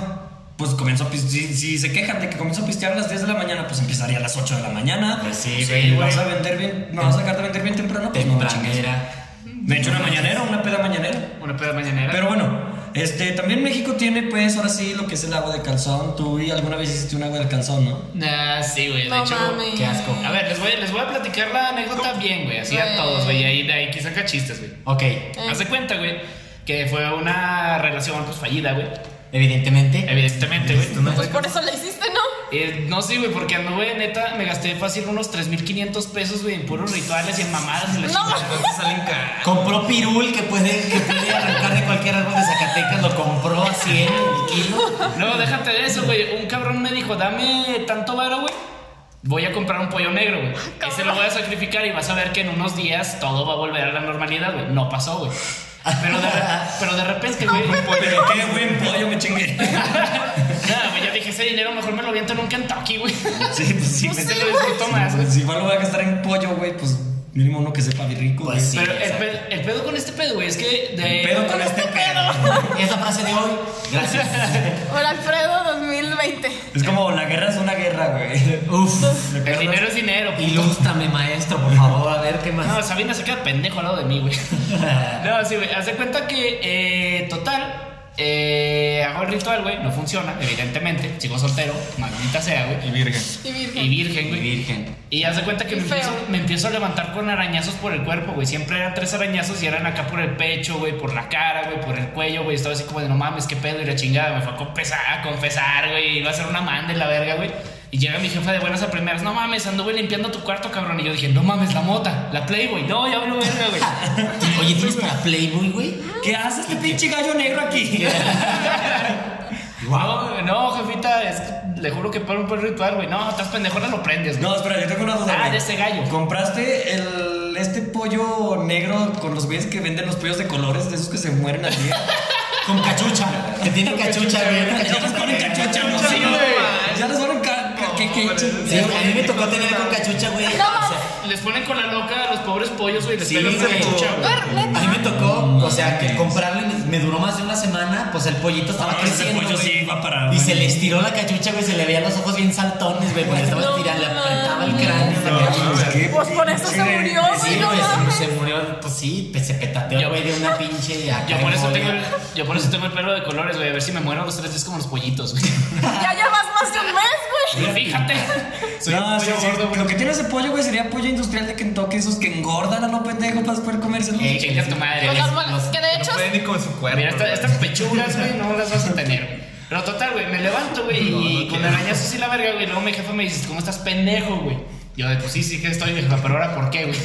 Speaker 4: Pues comenzó a pis- si, si se quejan de que comenzó a pistear a las 10 de la mañana, pues empezaría a las 8 de la mañana.
Speaker 5: Pues sí,
Speaker 4: Si
Speaker 5: güey.
Speaker 4: vas a vender bien, no vas a sacarte a vender bien temprano, pues no chingues.
Speaker 5: Tempranera.
Speaker 4: De hecho, una mañanera, una peda mañanera.
Speaker 2: Una peda mañanera.
Speaker 4: Pero bueno, este, también México tiene, pues, ahora sí, lo que es el agua de calzón. Tú y alguna vez hiciste un agua de calzón, ¿no?
Speaker 2: Nah, ah, sí, güey, de
Speaker 7: No
Speaker 2: hecho.
Speaker 7: mames.
Speaker 5: qué asco.
Speaker 2: A ver, les voy, les voy a platicar la anécdota bien, güey, así a
Speaker 7: Güey.
Speaker 2: todos, güey, y ahí de ahí que saca chistes, güey.
Speaker 5: Ok,
Speaker 2: Haz de cuenta, güey, que fue una relación pues fallida, güey.
Speaker 5: evidentemente.
Speaker 2: Evidentemente, güey.
Speaker 7: Pues por eso le hiciste, ¿no?
Speaker 2: Eh, no sé, güey, porque anduve, neta, me gasté fácil unos 3.500 pesos, güey, en puros rituales y en mamadas. y
Speaker 5: Pues
Speaker 2: la
Speaker 7: No,
Speaker 2: chingada.
Speaker 6: Entonces salen caras.
Speaker 5: Compró pirul que puede, que puede arrancar de cualquier árbol de Zacatecas, lo compró a 100 el kilo.
Speaker 2: No, déjate de eso, güey. Un cabrón me dijo, dame tanto varo, güey. Voy a comprar un pollo negro, güey. Ese lo voy a sacrificar y vas a ver que en unos días todo va a volver a la normalidad, güey. No pasó, güey. Pero de, pero de repente, güey.
Speaker 4: Pero qué buen pollo me chingué.
Speaker 2: Nada, güey, yo dije, ese dinero mejor me lo aviento en un Kentucky, güey.
Speaker 4: Sí, pues sí,
Speaker 2: Ese
Speaker 4: me
Speaker 2: lo disfruto más, güey.
Speaker 4: Pues igual lo voy a gastar en pollo, güey, pues mínimo uno que sepa bien rico,
Speaker 5: Pues sí.
Speaker 4: güey.
Speaker 2: Pero el
Speaker 5: exacto.
Speaker 2: pedo, el pedo con este pedo, güey, es que de.
Speaker 4: El pedo con este pedo.
Speaker 5: Es la frase de hoy. Gracias.
Speaker 7: Hola Alfredo 2020.
Speaker 4: Es como la guerra es una guerra, güey.
Speaker 5: Uf.
Speaker 2: El dinero es dinero, puto.
Speaker 5: Ilústrame, maestro, por favor, a ver qué más.
Speaker 2: No, Sabina se queda pendejo al lado de mí, güey. No, sí, güey. Haz de cuenta que, eh, total, eh, hago el ritual, güey. No funciona, evidentemente. Sigo soltero, maldita sea, güey.
Speaker 6: Y virgen.
Speaker 7: Y
Speaker 2: Y
Speaker 7: virgen.
Speaker 2: virgen,
Speaker 5: Mi
Speaker 2: güey.
Speaker 5: virgen.
Speaker 2: Y haz de cuenta que
Speaker 7: Y
Speaker 2: me
Speaker 7: feo.
Speaker 2: empiezo, me empiezo a levantar con arañazos por el cuerpo, güey. Siempre eran tres arañazos y eran acá por el pecho, güey, por la cara, güey, por el cuello, güey. Estaba así como de no mames, qué pedo y la chingada. Me fue a confesar, a confesar, güey. Iba a ser una manda en la verga, güey. Y llega mi jefa de buenas a primeras, no mames, anduve limpiando tu cuarto, cabrón. Y yo dije, no mames, la mota, la Playboy. No, ya hablo verga, güey.
Speaker 5: Oye, ¿tienes para Playboy, güey?
Speaker 4: ¿Qué hace este pinche gallo negro aquí?
Speaker 2: No, no, jefita, es que le juro que para un buen ritual, güey. No, estás pendejona, lo prendes, güey.
Speaker 4: No, espera, yo tengo una duda.
Speaker 2: Ah,
Speaker 4: güey.
Speaker 2: de ese gallo.
Speaker 4: ¿Compraste el, este pollo negro con los güeyes que venden los pollos de colores, de esos que se mueren así?
Speaker 5: Con cachucha. Que tiene cachucha, güey.
Speaker 4: ya los ponen cachucha, no sé,
Speaker 2: Sí, güey.
Speaker 4: Ya los ponen ca- ca- que- que-
Speaker 5: Sí, a mí me tocó tener con cachucha, güey.
Speaker 7: No,
Speaker 5: O sea,
Speaker 2: Les ponen con la loca a los pobres pollos, güey. Les
Speaker 5: Sí,
Speaker 2: pegan una
Speaker 5: güey.
Speaker 2: lechucha, güey.
Speaker 7: Ver,
Speaker 5: A
Speaker 7: neta.
Speaker 5: mí me tocó, o sea, que comprarle me duró más de una semana, pues el pollito estaba
Speaker 4: Ah, ese
Speaker 5: creciendo.
Speaker 4: pollo
Speaker 5: güey.
Speaker 4: sí iba para-
Speaker 5: Y se le estiró la cachucha, güey, se le veían los ojos bien saltones, güey, porque estaba
Speaker 7: No
Speaker 5: estirando, le apretaba el
Speaker 7: mames.
Speaker 5: cráneo. la cachucha.
Speaker 4: Pues, ¿qué
Speaker 7: Pues por eso se
Speaker 4: pinche-
Speaker 7: murió,
Speaker 5: Sí,
Speaker 7: güey, no
Speaker 5: güey, se-
Speaker 7: mames.
Speaker 5: se murió, pues sí, pues, se petateó,
Speaker 2: Yo-
Speaker 5: güey, de una pinche acá
Speaker 2: Yo por, eso
Speaker 5: embolia.
Speaker 2: tengo el, yo por eso tengo el pelo de colores, güey. A ver si me muero los tres días como los pollitos, güey.
Speaker 7: Ya llevas más de un mes,
Speaker 2: Y
Speaker 7: güey.
Speaker 2: Fíjate. Soy
Speaker 4: no,
Speaker 2: un
Speaker 4: sí,
Speaker 2: pollo
Speaker 4: sí,
Speaker 2: gordo,
Speaker 4: Lo
Speaker 2: güey.
Speaker 4: que tiene ese pollo, güey, sería pollo industrial de Kentucky, esos que engordan a lo pendejo para poder comérselos.
Speaker 2: Eh,
Speaker 5: Ey,
Speaker 2: Chinga tu madre.
Speaker 7: Pues
Speaker 2: güey.
Speaker 7: normal, que de
Speaker 6: No
Speaker 7: hecho
Speaker 6: pueden ni con su cuerpo.
Speaker 2: Mira, esta-
Speaker 6: güey.
Speaker 2: estas pechugas, güey, no las vas a tener. güey. Pero total, güey, me levanto, güey, y con arañazos y la verga, güey. Luego mi jefa me dice, ¿cómo estás pendejo, güey? Yo de, pues sí, sí que estoy, mi jefa, pero ahora, ¿por qué, güey?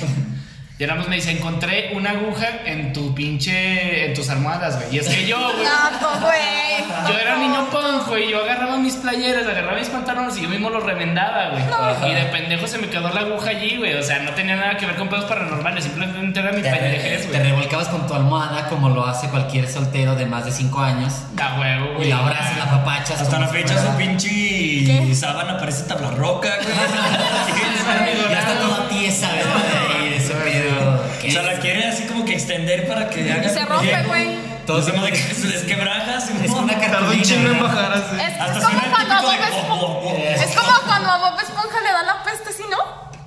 Speaker 2: Y nada más me dice, encontré una aguja en tu pinche, en tus almohadas, güey. Y es que yo, güey,
Speaker 7: Nato, güey.
Speaker 2: Yo era un niño ponjo y yo agarraba mis playeras, agarraba mis pantalones y yo mismo los remendaba, güey. Y de pendejo se me quedó la aguja allí, güey. O sea, no tenía nada que ver con pedos paranormales, simplemente era mi
Speaker 5: Te,
Speaker 2: pendejez,
Speaker 5: te
Speaker 2: güey.
Speaker 5: revolcabas con tu almohada como lo hace cualquier soltero de más de 5 años.
Speaker 2: Da huevo,
Speaker 5: Y
Speaker 2: güey.
Speaker 5: la abrazas, la papachas.
Speaker 4: Hasta
Speaker 5: como
Speaker 4: la
Speaker 5: si
Speaker 4: fecha
Speaker 5: fuera-
Speaker 4: su pinche
Speaker 7: ¿Qué?
Speaker 4: sábana parece tabla roca, güey.
Speaker 5: Ya está toda tiesa, ¿verdad? Y ese pedo.
Speaker 4: o sea, la quiere así como que extender para que haga...
Speaker 7: Se rompe, güey.
Speaker 4: Todo se de que se desquebraja, se
Speaker 5: Es una
Speaker 6: Tardó un chingo en
Speaker 5: cartulina. ¿verdad?
Speaker 6: bajar así.
Speaker 7: Es, es
Speaker 4: Hasta
Speaker 7: como
Speaker 4: suena el
Speaker 7: cuando a
Speaker 4: típico de...
Speaker 7: Bob Esponja.
Speaker 4: oh, oh, oh.
Speaker 7: Es como cuando a Bob Esponja le da la peste, ¿sí no?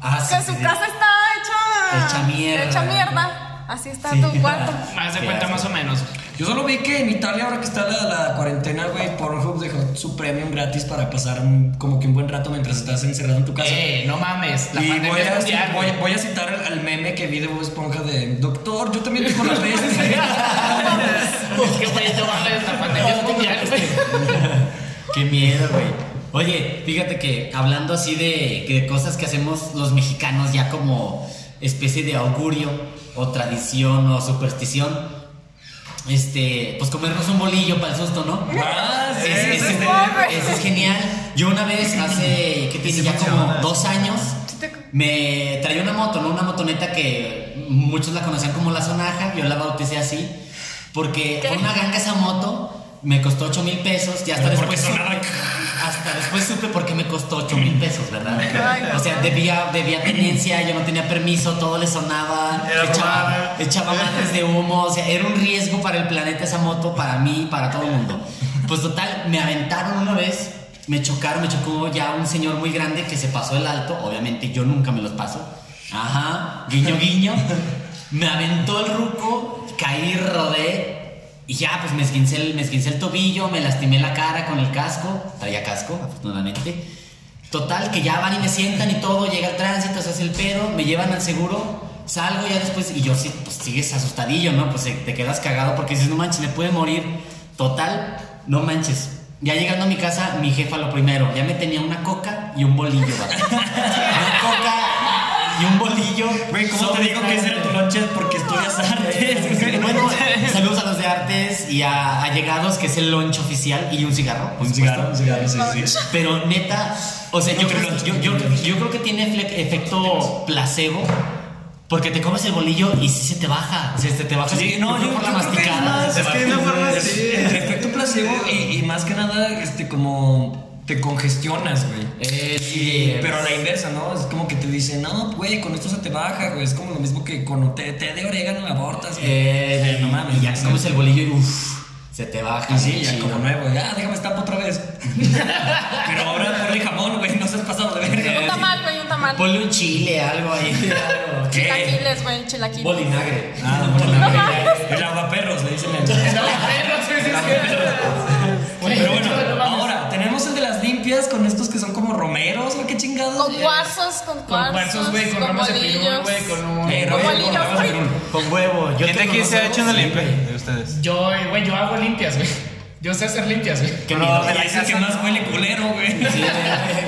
Speaker 5: Ah, sí,
Speaker 7: que
Speaker 5: sí,
Speaker 7: su
Speaker 5: sí.
Speaker 7: casa está hecha.
Speaker 5: Hecha mierda.
Speaker 7: hecha mierda. Así está
Speaker 5: Sí.
Speaker 7: tu cuarto.
Speaker 2: Más de
Speaker 5: Qué
Speaker 2: cuenta,
Speaker 5: asco.
Speaker 2: más o menos.
Speaker 4: Yo solo vi que en Italia, ahora que está la, la cuarentena, güey, Pornhub dejó su premium gratis para pasar un- como que un buen rato mientras estás encerrado en tu casa.
Speaker 2: Eh, no mames, la
Speaker 4: y
Speaker 2: pandemia
Speaker 4: voy
Speaker 2: es
Speaker 4: a,
Speaker 2: mundial,
Speaker 4: voy,
Speaker 2: güey.
Speaker 4: voy a citar al, al meme que vi de Bob Esponja de Doctor, yo también tengo la peste.
Speaker 2: Es que, güey, no mames, la pandemia es mundial, güey.
Speaker 5: Qué miedo, güey. Oye, fíjate que hablando así de, que de cosas que hacemos los mexicanos ya como especie de augurio o tradición o superstición, este, pues comernos un bolillo para el susto, ¿no?
Speaker 4: Ah, sí,
Speaker 5: Ese-
Speaker 4: sí,
Speaker 5: ese-
Speaker 4: sí.
Speaker 5: ese es genial. Yo una vez hace, ¿qué te dice? Ya como dos años,
Speaker 7: Este,
Speaker 5: me traía una moto, ¿no? Una motoneta que muchos la conocían como la sonaja, yo la bauticé así, porque fue una ganga esa moto, me costó 8 mil pesos, y hasta
Speaker 4: Pero porque
Speaker 5: después... supe-
Speaker 4: sonaba.
Speaker 5: Hasta después supe por qué me costó 8 mil pesos, ¿verdad?
Speaker 7: Ay, no.
Speaker 5: O sea, debía, debía tenencia, yo no tenía permiso, todo le sonaba,
Speaker 6: Era
Speaker 5: echaba,
Speaker 6: robada.
Speaker 5: echaba mates de humo, o sea, era un riesgo para el planeta esa moto, para mí, para todo el mundo. Pues total, me aventaron una vez, me chocaron, me chocó ya un señor muy grande que se pasó el alto, obviamente yo nunca me los paso. Ajá, guiño, guiño. Me aventó el ruco, caí, rodé. Y ya, pues me esguincé, el, me esguincé el tobillo, me lastimé la cara con el casco. Traía casco, afortunadamente. Total, que ya van y me sientan y todo, llega el tránsito, se hace el pedo, me llevan al seguro, salgo ya después y yo sí, pues sigues asustadillo, ¿no? Pues eh, te quedas cagado porque dices, no manches, me puede morir. Total, no manches. Ya llegando a mi casa, mi jefa lo primero, ya me tenía una coca y un bolillo, vato. Una coca y un bolillo.
Speaker 4: Güey, ¿cómo te
Speaker 5: sobre
Speaker 4: digo que ese era tu
Speaker 5: frente.
Speaker 4: lonche? Porque estudias artes, güey.
Speaker 5: Bueno, saludos a los de artes y a allegados, que es el lunch oficial, y un cigarro. por
Speaker 4: Un
Speaker 5: supuesto.
Speaker 4: cigarro, un cigarro, sí, sí.
Speaker 5: Pero neta, o sea, yo,
Speaker 4: No,
Speaker 5: creo,
Speaker 4: pero-
Speaker 5: yo, yo- yo creo que tiene fle- efecto placebo. Porque te comes el bolillo y sí se te baja. O sea, se te baja.
Speaker 4: Sí,
Speaker 5: yo
Speaker 4: no,
Speaker 5: creo
Speaker 4: yo,
Speaker 5: por la
Speaker 4: yo creo que es
Speaker 5: masticada.
Speaker 4: más,
Speaker 5: se
Speaker 6: es
Speaker 5: va-
Speaker 6: que de una forma
Speaker 4: es-
Speaker 6: así.
Speaker 4: entre efecto placebo y, y más que nada, este, como te congestionas, güey.
Speaker 5: Eh, sí,
Speaker 4: Y- pero a la inversa, ¿no? Es como que te dicen, no, güey, con esto se te baja, güey. Es como lo mismo que con té, té de orégano abortas, güey.
Speaker 5: eh,
Speaker 4: no mames.
Speaker 5: Y ya te comes el bolillo y uff, se te baja.
Speaker 4: Y ah, sí,
Speaker 5: bien
Speaker 4: ya
Speaker 5: chido.
Speaker 4: como nuevo, ya, déjame estar otra vez. pero ahora ponle jamón, güey, no seas pasado de
Speaker 7: Un
Speaker 4: verga.
Speaker 7: tamal, güey, un tamal.
Speaker 5: Ponle un chile, algo ahí. algo.
Speaker 7: Chilaquiles, güey, chilaquiles.
Speaker 5: Bolinagre.
Speaker 4: Ah, no, por la El aguaperros, le dicen el.
Speaker 2: Pero, sí, sí, sí. Güey,
Speaker 4: Pero bueno,
Speaker 2: no mames.
Speaker 4: ahora tenemos el de las limpias con estos que son como romeros, güey, qué chingados.
Speaker 7: Con cuarzos, con cuarzos.
Speaker 2: Con cuarzos, güey, con ramas de pirul, güey, con un...
Speaker 4: Eh,
Speaker 7: con
Speaker 4: rollo,
Speaker 7: bolillos,
Speaker 4: rollo,
Speaker 7: güey.
Speaker 4: rollo.
Speaker 5: Con huevo. Yo
Speaker 6: ¿Quién de
Speaker 5: tengo
Speaker 6: aquí se
Speaker 5: unos
Speaker 6: ha hecho una
Speaker 5: huevos,
Speaker 6: limpia?
Speaker 5: sí, güey.
Speaker 6: De ustedes.
Speaker 2: Yo, güey, yo hago limpias, güey. Yo sé hacer limpias, güey.
Speaker 5: Qué
Speaker 4: No,
Speaker 5: miedo.
Speaker 4: de la que más huele culero, güey.
Speaker 5: Sí,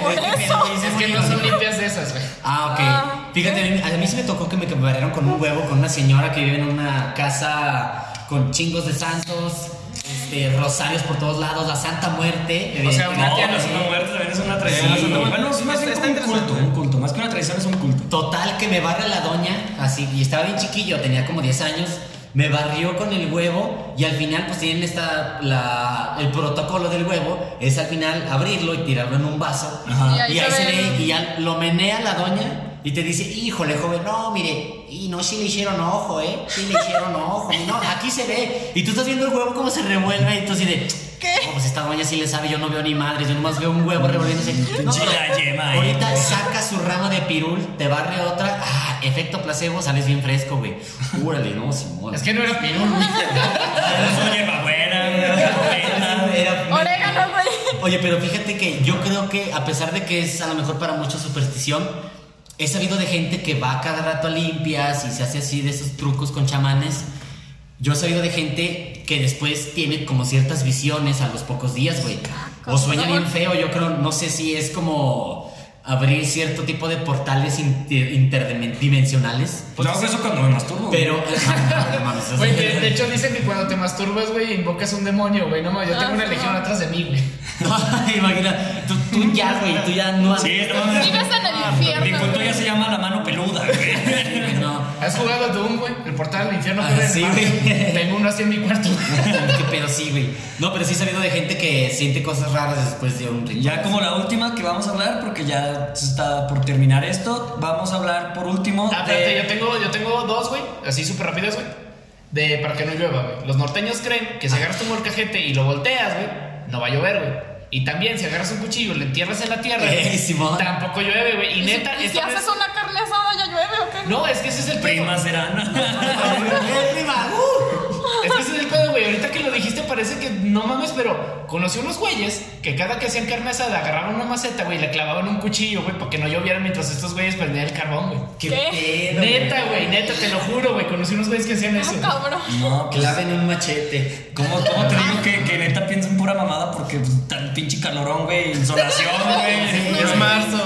Speaker 5: güey.
Speaker 7: Por eso.
Speaker 2: Es que no son limpias de esas, güey.
Speaker 5: Ah,
Speaker 7: Ah.
Speaker 5: ok. Fíjate, a mí, a mí sí me tocó que me compararon con un huevo, con una señora que vive en una casa con chingos de santos, este, rosarios por todos lados, la Santa Muerte.
Speaker 2: O sea,
Speaker 5: evidentemente.
Speaker 2: una
Speaker 4: No,
Speaker 2: tía
Speaker 4: la Santa Muerte también es una tradición.
Speaker 5: Sí.
Speaker 4: la Santa Muerte- Bueno, sí, más
Speaker 6: Está-
Speaker 4: bien
Speaker 6: está
Speaker 4: como un culto,
Speaker 6: interesante.
Speaker 4: un culto. Más que una tradición es un culto.
Speaker 5: Total, que me barre la doña, así, y estaba bien chiquillo, tenía como 10 años. Me barrió con el huevo y al final pues tienen esta, la, el protocolo del huevo es al final abrirlo y tirarlo en un vaso.
Speaker 4: Ajá.
Speaker 5: Y ahí, se
Speaker 7: ve.
Speaker 5: ve y ya lo menea la doña y te dice, híjole joven, no, mire, y no, si le hicieron ojo, ¿eh? Si le hicieron ojo, y no, aquí se ve. Y tú estás viendo el huevo cómo se revuelve y tú así de...
Speaker 7: ¿Qué?
Speaker 5: "No, pues esta doña sí le sabe, yo no veo ni madres, yo nomás veo un huevo revolviéndose. No,
Speaker 4: Sí,
Speaker 5: pero
Speaker 4: la yema ahí,
Speaker 5: ahorita
Speaker 4: güey.
Speaker 5: saca su rama de pirul, te barre otra, ah, efecto placebo, sales bien fresco, güey. Úrale, no, Simón.
Speaker 2: Es que no era pirul, güey.
Speaker 4: Eso lleva buena, buena.
Speaker 5: Era-
Speaker 7: Orégano, güey.
Speaker 5: Oye, pero fíjate que yo creo que a pesar de que es a lo mejor para muchos superstición, he sabido de gente que va cada rato a limpias y se hace así de esos trucos con chamanes. Yo he sabido de gente que después tiene como ciertas visiones a los pocos días, güey. O sueña bien feo, yo creo, no sé si es como abrir cierto tipo de portales inter- interdimensionales.
Speaker 4: Pues hago eso cuando me masturbo. güey.
Speaker 5: Pero... No mames, o sea,
Speaker 2: Güey, de, de hecho dicen que cuando te masturbas, güey, invocas un demonio, güey. No, mames, yo
Speaker 7: Ah,
Speaker 2: tengo una
Speaker 7: sí,
Speaker 2: legión
Speaker 7: no.
Speaker 2: atrás de mí, güey.
Speaker 5: Imagina, tú, tú ya, güey, tú ya no...
Speaker 4: Sí, no mames.
Speaker 7: Vives en el
Speaker 4: Mi
Speaker 7: infierno.
Speaker 4: culto
Speaker 7: güey.
Speaker 4: ya se llama la mano peluda, güey.
Speaker 5: No.
Speaker 2: ¿Has jugado a Doom, güey? El portal al infierno.
Speaker 5: Ah,
Speaker 2: pero
Speaker 5: sí,
Speaker 2: hermano,
Speaker 5: güey.
Speaker 2: Tengo uno así en mi cuarto.
Speaker 5: Qué pedo, sí, güey. No, pero sí he sabido de gente que siente cosas raras después de un ritual.
Speaker 4: Ya como la última que vamos a hablar, porque ya se está por terminar esto, vamos a hablar por último
Speaker 2: Ah, espérate, yo
Speaker 7: Este
Speaker 4: de...
Speaker 2: tengo, yo tengo dos, güey, así súper rápidas, güey. De para que no llueva, güey. Los norteños creen que si agarras tu molcajete y lo volteas, güey, no va a llover, güey. Y también si agarras un cuchillo y lo entierras en la tierra,
Speaker 5: Ey,
Speaker 2: güey,
Speaker 5: Simón.
Speaker 2: tampoco llueve, güey. Y
Speaker 7: ¿Y si-
Speaker 2: neta,
Speaker 7: ¿Y si
Speaker 2: esta vez-
Speaker 7: haces una carne asada ya llueve o qué?
Speaker 2: No, es que ese es el pedo.
Speaker 4: Prima Serana.
Speaker 5: Arriba, uh.
Speaker 2: Es que ese es el pedo, güey. Ahorita que lo dijiste parece que no mames, pero conocí unos güeyes que cada que hacían carne asada agarraban una maceta, güey, y le clavaban un cuchillo, güey, para que no lloviera mientras estos güeyes prendían el carbón, güey.
Speaker 7: ¿Qué?
Speaker 5: pedo,
Speaker 2: Neta, güey, neta, te lo juro, güey. Conocí unos güeyes que hacían eso.
Speaker 7: Ah, cabrón.
Speaker 5: No, claven un machete.
Speaker 4: pues, ¿Cómo, cómo
Speaker 2: Ah.
Speaker 4: te digo que, que neta pienso en pura mamada? Porque pues, tan pinche calorón, güey, insolación, güey.
Speaker 6: Es marzo.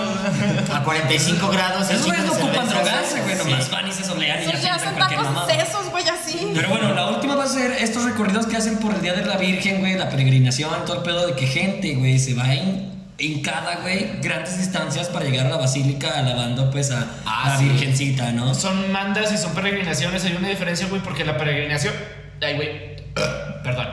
Speaker 5: A 45 grados.
Speaker 4: Esos güeyes no ocupan drogarse, güey,
Speaker 5: bueno
Speaker 4: nomás van y se solean y ya
Speaker 7: Esos ya
Speaker 4: piensan
Speaker 7: hacen
Speaker 4: cualquier
Speaker 7: tacos
Speaker 4: mamada.
Speaker 7: sesos, güey, así.
Speaker 4: Pero bueno, la última va a ser estos recorridos que hacen por el Día de la Virgen, güey, la peregrinación, todo el pedo de que gente, güey, se va en hincada, güey, grandes distancias para llegar a la basílica alabando, pues, a
Speaker 5: Ah,
Speaker 4: la
Speaker 5: sí.
Speaker 4: virgencita, ¿no?
Speaker 2: Son mandas y son peregrinaciones. Hay una diferencia, güey, porque la peregrinación. Ay, güey. Perdón.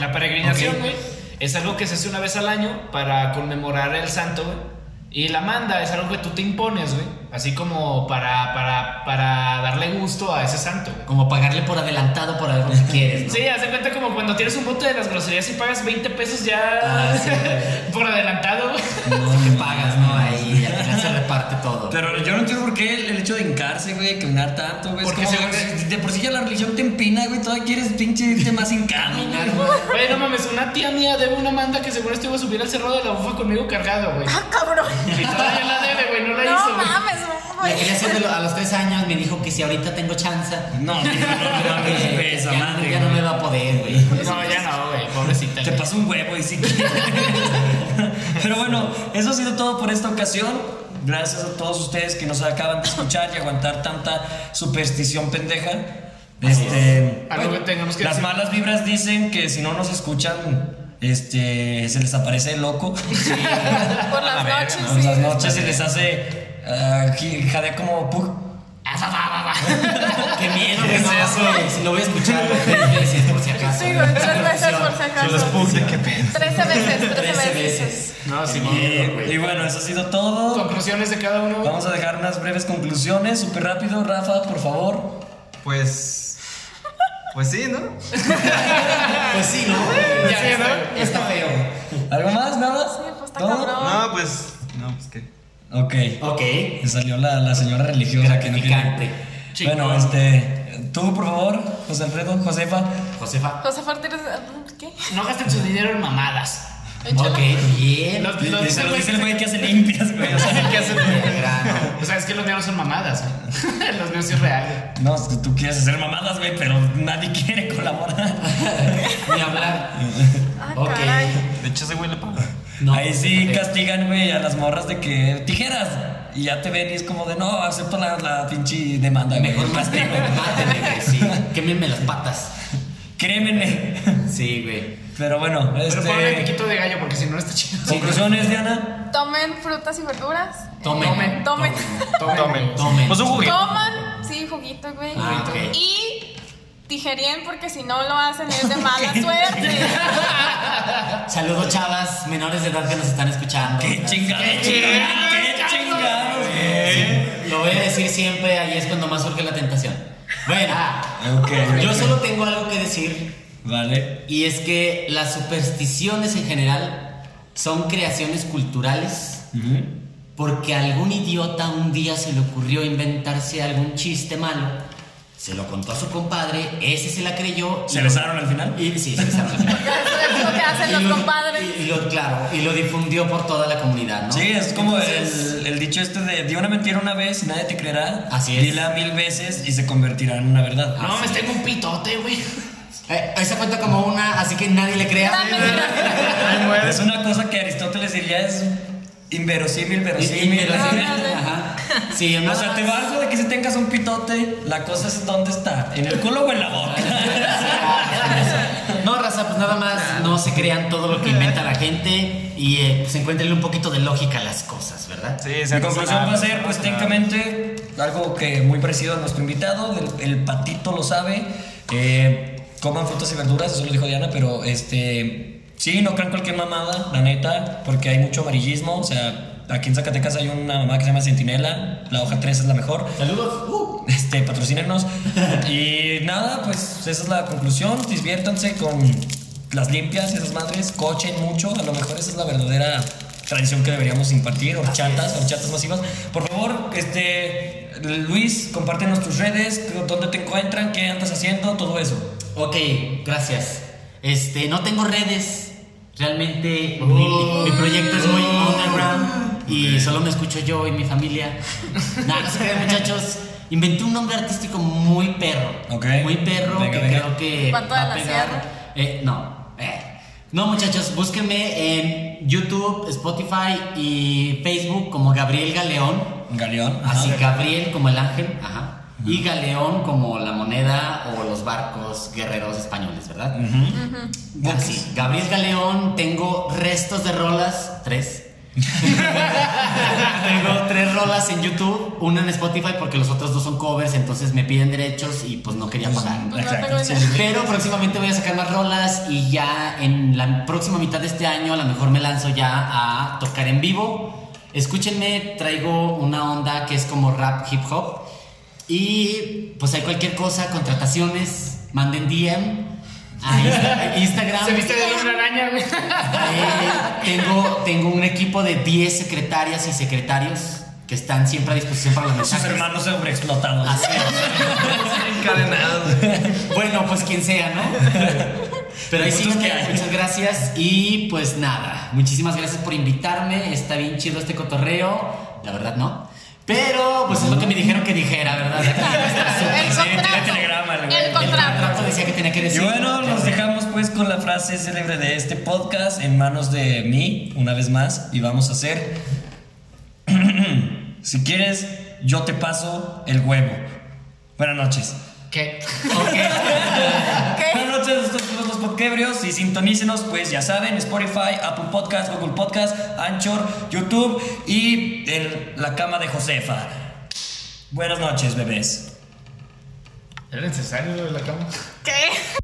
Speaker 2: La peregrinación, güey, es algo que se hace una vez al año para conmemorar el santo, güey. Y la manda es algo que tú te impones, güey. Así como para, para, para darle gusto a ese santo, güey.
Speaker 5: Como pagarle por adelantado por algo que quieres, ¿no?
Speaker 2: Sí, haz de cuenta como cuando tienes un bote de las groserías y pagas 20 pesos ya
Speaker 5: Ah, sí,
Speaker 2: por adelantado, güey.
Speaker 5: No te pagas, ¿no? Ahí al final se reparte todo.
Speaker 4: Pero yo no entiendo por qué el, el hecho de hincarse, güey, caminar tanto, güey. es
Speaker 2: Porque
Speaker 4: como
Speaker 2: según-
Speaker 4: que de por sí ya la religión te empina, güey, todavía quieres pinche irte más hincado, güey.
Speaker 2: Güey, no mames, una tía mía debe una manda que seguro estuvo a subir al cerro de la bufa conmigo cargado, güey.
Speaker 7: Ah, cabrón.
Speaker 2: Y todavía la debe, güey, no la
Speaker 7: No
Speaker 2: hizo, güey.
Speaker 7: mames,
Speaker 5: La
Speaker 7: güey.
Speaker 5: iglesia de lo- a los tres años me dijo que si ahorita tengo chance.
Speaker 4: No, no, no, no,
Speaker 5: eh,
Speaker 4: güey, esa
Speaker 5: ya-
Speaker 4: madre.
Speaker 5: ya no me va a poder, güey.
Speaker 2: No, ya no, güey, pobrecita.
Speaker 4: Te paso un huevo y si quieres. Pero bueno, eso ha sido todo por esta ocasión. Gracias a todos ustedes que nos acaban de escuchar y aguantar tanta superstición pendeja. Este,
Speaker 2: Algo que tengamos que
Speaker 4: las
Speaker 2: decir.
Speaker 4: malas vibras dicen que si no nos escuchan, este, se les aparece el loco.
Speaker 7: Por las noches,
Speaker 4: En las
Speaker 7: sí.
Speaker 4: noches se les hace ah, ji- jadea como pug.
Speaker 5: Ah, Qué miedo,
Speaker 6: ¿Qué
Speaker 5: güey.
Speaker 6: es
Speaker 5: no,
Speaker 6: eso?
Speaker 5: güey, Si lo voy a escuchar güey, tres veces, por si acaso.
Speaker 7: Sí, güey, tres veces por si
Speaker 6: Son los
Speaker 7: acaso.
Speaker 6: pugs de qué pedo.
Speaker 7: Trece veces,
Speaker 5: Trece
Speaker 7: trece
Speaker 5: veces.
Speaker 7: veces.
Speaker 2: No, sí,
Speaker 4: Y, y bueno, eso ha sido todo.
Speaker 2: Conclusiones de cada uno, güey.
Speaker 4: Vamos a dejar unas breves conclusiones, súper rápido. Rafa, por favor.
Speaker 6: Pues. Pues sí, ¿no?
Speaker 5: Pues sí, ¿no?
Speaker 2: Ya,
Speaker 5: Ya,
Speaker 2: ¿no?
Speaker 5: está, está feo.
Speaker 4: ¿Algo más? ¿Nada más?
Speaker 7: Sí, pues está
Speaker 4: ¿Todo?
Speaker 7: cabrón.
Speaker 6: No, pues. No, pues qué.
Speaker 4: Ok.
Speaker 5: Ok.
Speaker 4: Le salió la, la señora religiosa que no
Speaker 5: Gratificante.
Speaker 4: quiere. Bueno, este. Tú, por favor, José Alfredo, Josefa.
Speaker 5: Josefa.
Speaker 7: José Fartires, ¿qué?
Speaker 2: No gasten su dinero en mamadas.
Speaker 7: Échala.
Speaker 5: Ok, bien.
Speaker 2: Los-
Speaker 4: Y-
Speaker 2: los-
Speaker 4: y se Pues lo dice el güey que hace limpias, güey. o sea,
Speaker 2: ¿Qué hacen?
Speaker 5: Grano.
Speaker 2: O sea, es que los míos son mamadas, güey. Los míos sí es real,
Speaker 4: no, es que tú quieres hacer mamadas, güey, pero nadie quiere colaborar.
Speaker 5: Ni hablar.
Speaker 7: Ah,
Speaker 5: Ok.
Speaker 7: caray.
Speaker 6: De hecho, ese güey le paga.
Speaker 5: No,
Speaker 4: Ahí sí
Speaker 5: ok.
Speaker 4: castigan, güey, a las morras de que tijeras. Y ya te ven y es como de no, acepto la, la pinche demanda. güey,
Speaker 5: Mejor
Speaker 4: el
Speaker 5: castigo.
Speaker 4: castigo.
Speaker 5: Mátenme, güey, sí. Quémenme las patas.
Speaker 4: Créemele.
Speaker 5: Sí, güey.
Speaker 4: Pero bueno,
Speaker 2: güey. Pero ponle
Speaker 4: este.
Speaker 2: piquito de gallo porque si no, no está chido.
Speaker 4: Conclusiones, Diana.
Speaker 7: Tomen frutas y verduras.
Speaker 5: Tomen.
Speaker 7: Tomen. Tomen.
Speaker 2: Tomen.
Speaker 6: Tomen.
Speaker 5: Tomen.
Speaker 6: Pues un juguete.
Speaker 7: Toman, sí, juguito, güey.
Speaker 5: Ah, ok.
Speaker 7: Y tijerien porque si no lo hacen es de mala suerte.
Speaker 5: Saludos, chavas menores de edad que nos están escuchando.
Speaker 4: Qué chingado,
Speaker 2: Qué
Speaker 4: chingado, qué
Speaker 2: chingado,
Speaker 4: chingado, güey.
Speaker 5: Lo voy a decir siempre, ahí es cuando más surge la tentación. Bueno,
Speaker 4: Ah, Ok,
Speaker 5: yo
Speaker 4: ok.
Speaker 5: solo tengo algo que decir
Speaker 4: Vale.
Speaker 5: y es que las supersticiones en general son creaciones culturales porque a algún idiota un día se le ocurrió inventarse algún chiste malo, se lo contó a su compadre, ese se la creyó. y
Speaker 4: ¿Se
Speaker 5: lo-
Speaker 4: besaron al final?
Speaker 5: Y, sí, se besaron al final.
Speaker 7: Eso es lo que
Speaker 5: Y
Speaker 7: hacen los
Speaker 5: lo-
Speaker 7: compadres.
Speaker 5: Y, y lo, claro, y lo difundió por toda la comunidad, ¿no?
Speaker 4: Sí, es como
Speaker 5: Entonces,
Speaker 4: el, el dicho este de di una mentira una vez y nadie te creerá.
Speaker 5: Así es.
Speaker 4: Dila mil veces y se convertirá en una verdad.
Speaker 2: No, me tengo un pitote, güey.
Speaker 5: eh, esa cuenta como una, así que nadie le crea.
Speaker 7: Gran mentira.
Speaker 4: Es una cosa que Aristóteles diría es inverosímil, verosímil.
Speaker 5: Inverosímil.
Speaker 7: Ándale.
Speaker 5: Ajá. Sí,
Speaker 4: O sea, te valgo de que si tengas un pitote, la cosa es dónde está, en el culo o en la boca.
Speaker 5: No, raza, pues nada más no se crean todo lo que inventa la gente y eh, pues encuéntrenle un poquito de lógica a las cosas, ¿verdad?
Speaker 6: Sí,
Speaker 4: Mi conclusión va a ser, pues técnicamente, algo que muy parecido a nuestro invitado, el, el patito lo sabe. eh, coman frutas y verduras, eso lo dijo Diana, pero este. Sí, no crean cualquier mamada, la neta, porque hay mucho amarillismo. O sea, aquí en Zacatecas hay una mamá que se llama Centinela, la hoja 3 es la mejor.
Speaker 5: Saludos. Uh.
Speaker 4: Este, patrocínenos. Y nada, pues esa es la conclusión. Diviértanse con las limpias, esas madres. Cochen mucho. A lo mejor esa es la verdadera tradición que deberíamos impartir. Horchatas, horchatas masivas. Por favor, este, Luis, compártenos tus redes, dónde te encuentran, qué andas haciendo, todo eso.
Speaker 5: Ok, gracias. Este, no tengo redes. Realmente mi-
Speaker 4: Oh.
Speaker 5: mi, mi proyecto es muy underground y solo me escucho yo y mi familia. Nada, no se crean, muchachos. Inventé un nombre artístico muy perro.
Speaker 4: Ok.
Speaker 5: Muy perro
Speaker 4: Venga,
Speaker 5: que
Speaker 4: venga.
Speaker 5: creo que
Speaker 7: ¿Pato
Speaker 5: va
Speaker 7: de
Speaker 5: a
Speaker 7: la
Speaker 5: pegar.
Speaker 7: Sierra?
Speaker 5: Eh, no. Eh. No, muchachos, búsquenme en YouTube, Spotify y Facebook como Gabriel Galeón. Ah,
Speaker 4: Galeón. ajá.
Speaker 5: Así Gabriel como el ángel, ajá. Y Galeón como la moneda o los barcos guerreros españoles, ¿verdad? Así, Gabriel Galeón, tengo restos de rolas, tres. tengo tres rolas en YouTube, una en Spotify porque los otros dos son covers, entonces me piden derechos y pues no quería pagar.
Speaker 7: No
Speaker 4: Exacto,
Speaker 7: tengo
Speaker 4: sí,
Speaker 7: idea.
Speaker 5: Pero próximamente voy a sacar más rolas y ya en la próxima mitad de este año a lo mejor me lanzo ya a tocar en vivo. Escúchenme, traigo una onda que es como rap hip hop. Y pues hay cualquier cosa, contrataciones, manden DM a Insta- a Instagram.
Speaker 2: Se viste de una araña, güey.
Speaker 5: Eh, tengo, tengo un equipo de 10 secretarias y secretarios que están siempre a disposición para los
Speaker 4: Sus
Speaker 5: mensajes.
Speaker 4: hermanos sobreexplotados.
Speaker 5: Así es.
Speaker 6: Encadenados.
Speaker 5: Bueno, pues quien sea, ¿no? Pero ahí sí,
Speaker 4: Nosotros
Speaker 5: que
Speaker 4: que hay.
Speaker 5: muchas gracias y pues nada, muchísimas gracias por invitarme, está bien chido este cotorreo, la verdad no, pero pues es lo que me dijeron que dijera, ¿verdad?
Speaker 7: El
Speaker 4: Sí, tiene telegrama,
Speaker 7: contrato.
Speaker 4: güey.
Speaker 7: El
Speaker 4: El
Speaker 5: Rato
Speaker 7: contrato.
Speaker 5: decía que tenía que
Speaker 4: Y
Speaker 5: decir.
Speaker 4: bueno, nos dejamos pues con la frase célebre de este podcast en manos de mí, una vez más, y vamos a hacer. si quieres, yo te paso el huevo. Buenas noches.
Speaker 2: ¿Qué?
Speaker 7: ¿Qué?
Speaker 4: Buenas noches, estos fuimos los podquebrios y sintonícenos, pues ya saben, Spotify, Apple Podcast, Google Podcast, Anchor, YouTube y el- la cama de Josefa. Buenas noches, bebés.
Speaker 2: ¿Era necesario lo de la cama?
Speaker 7: ¿Qué?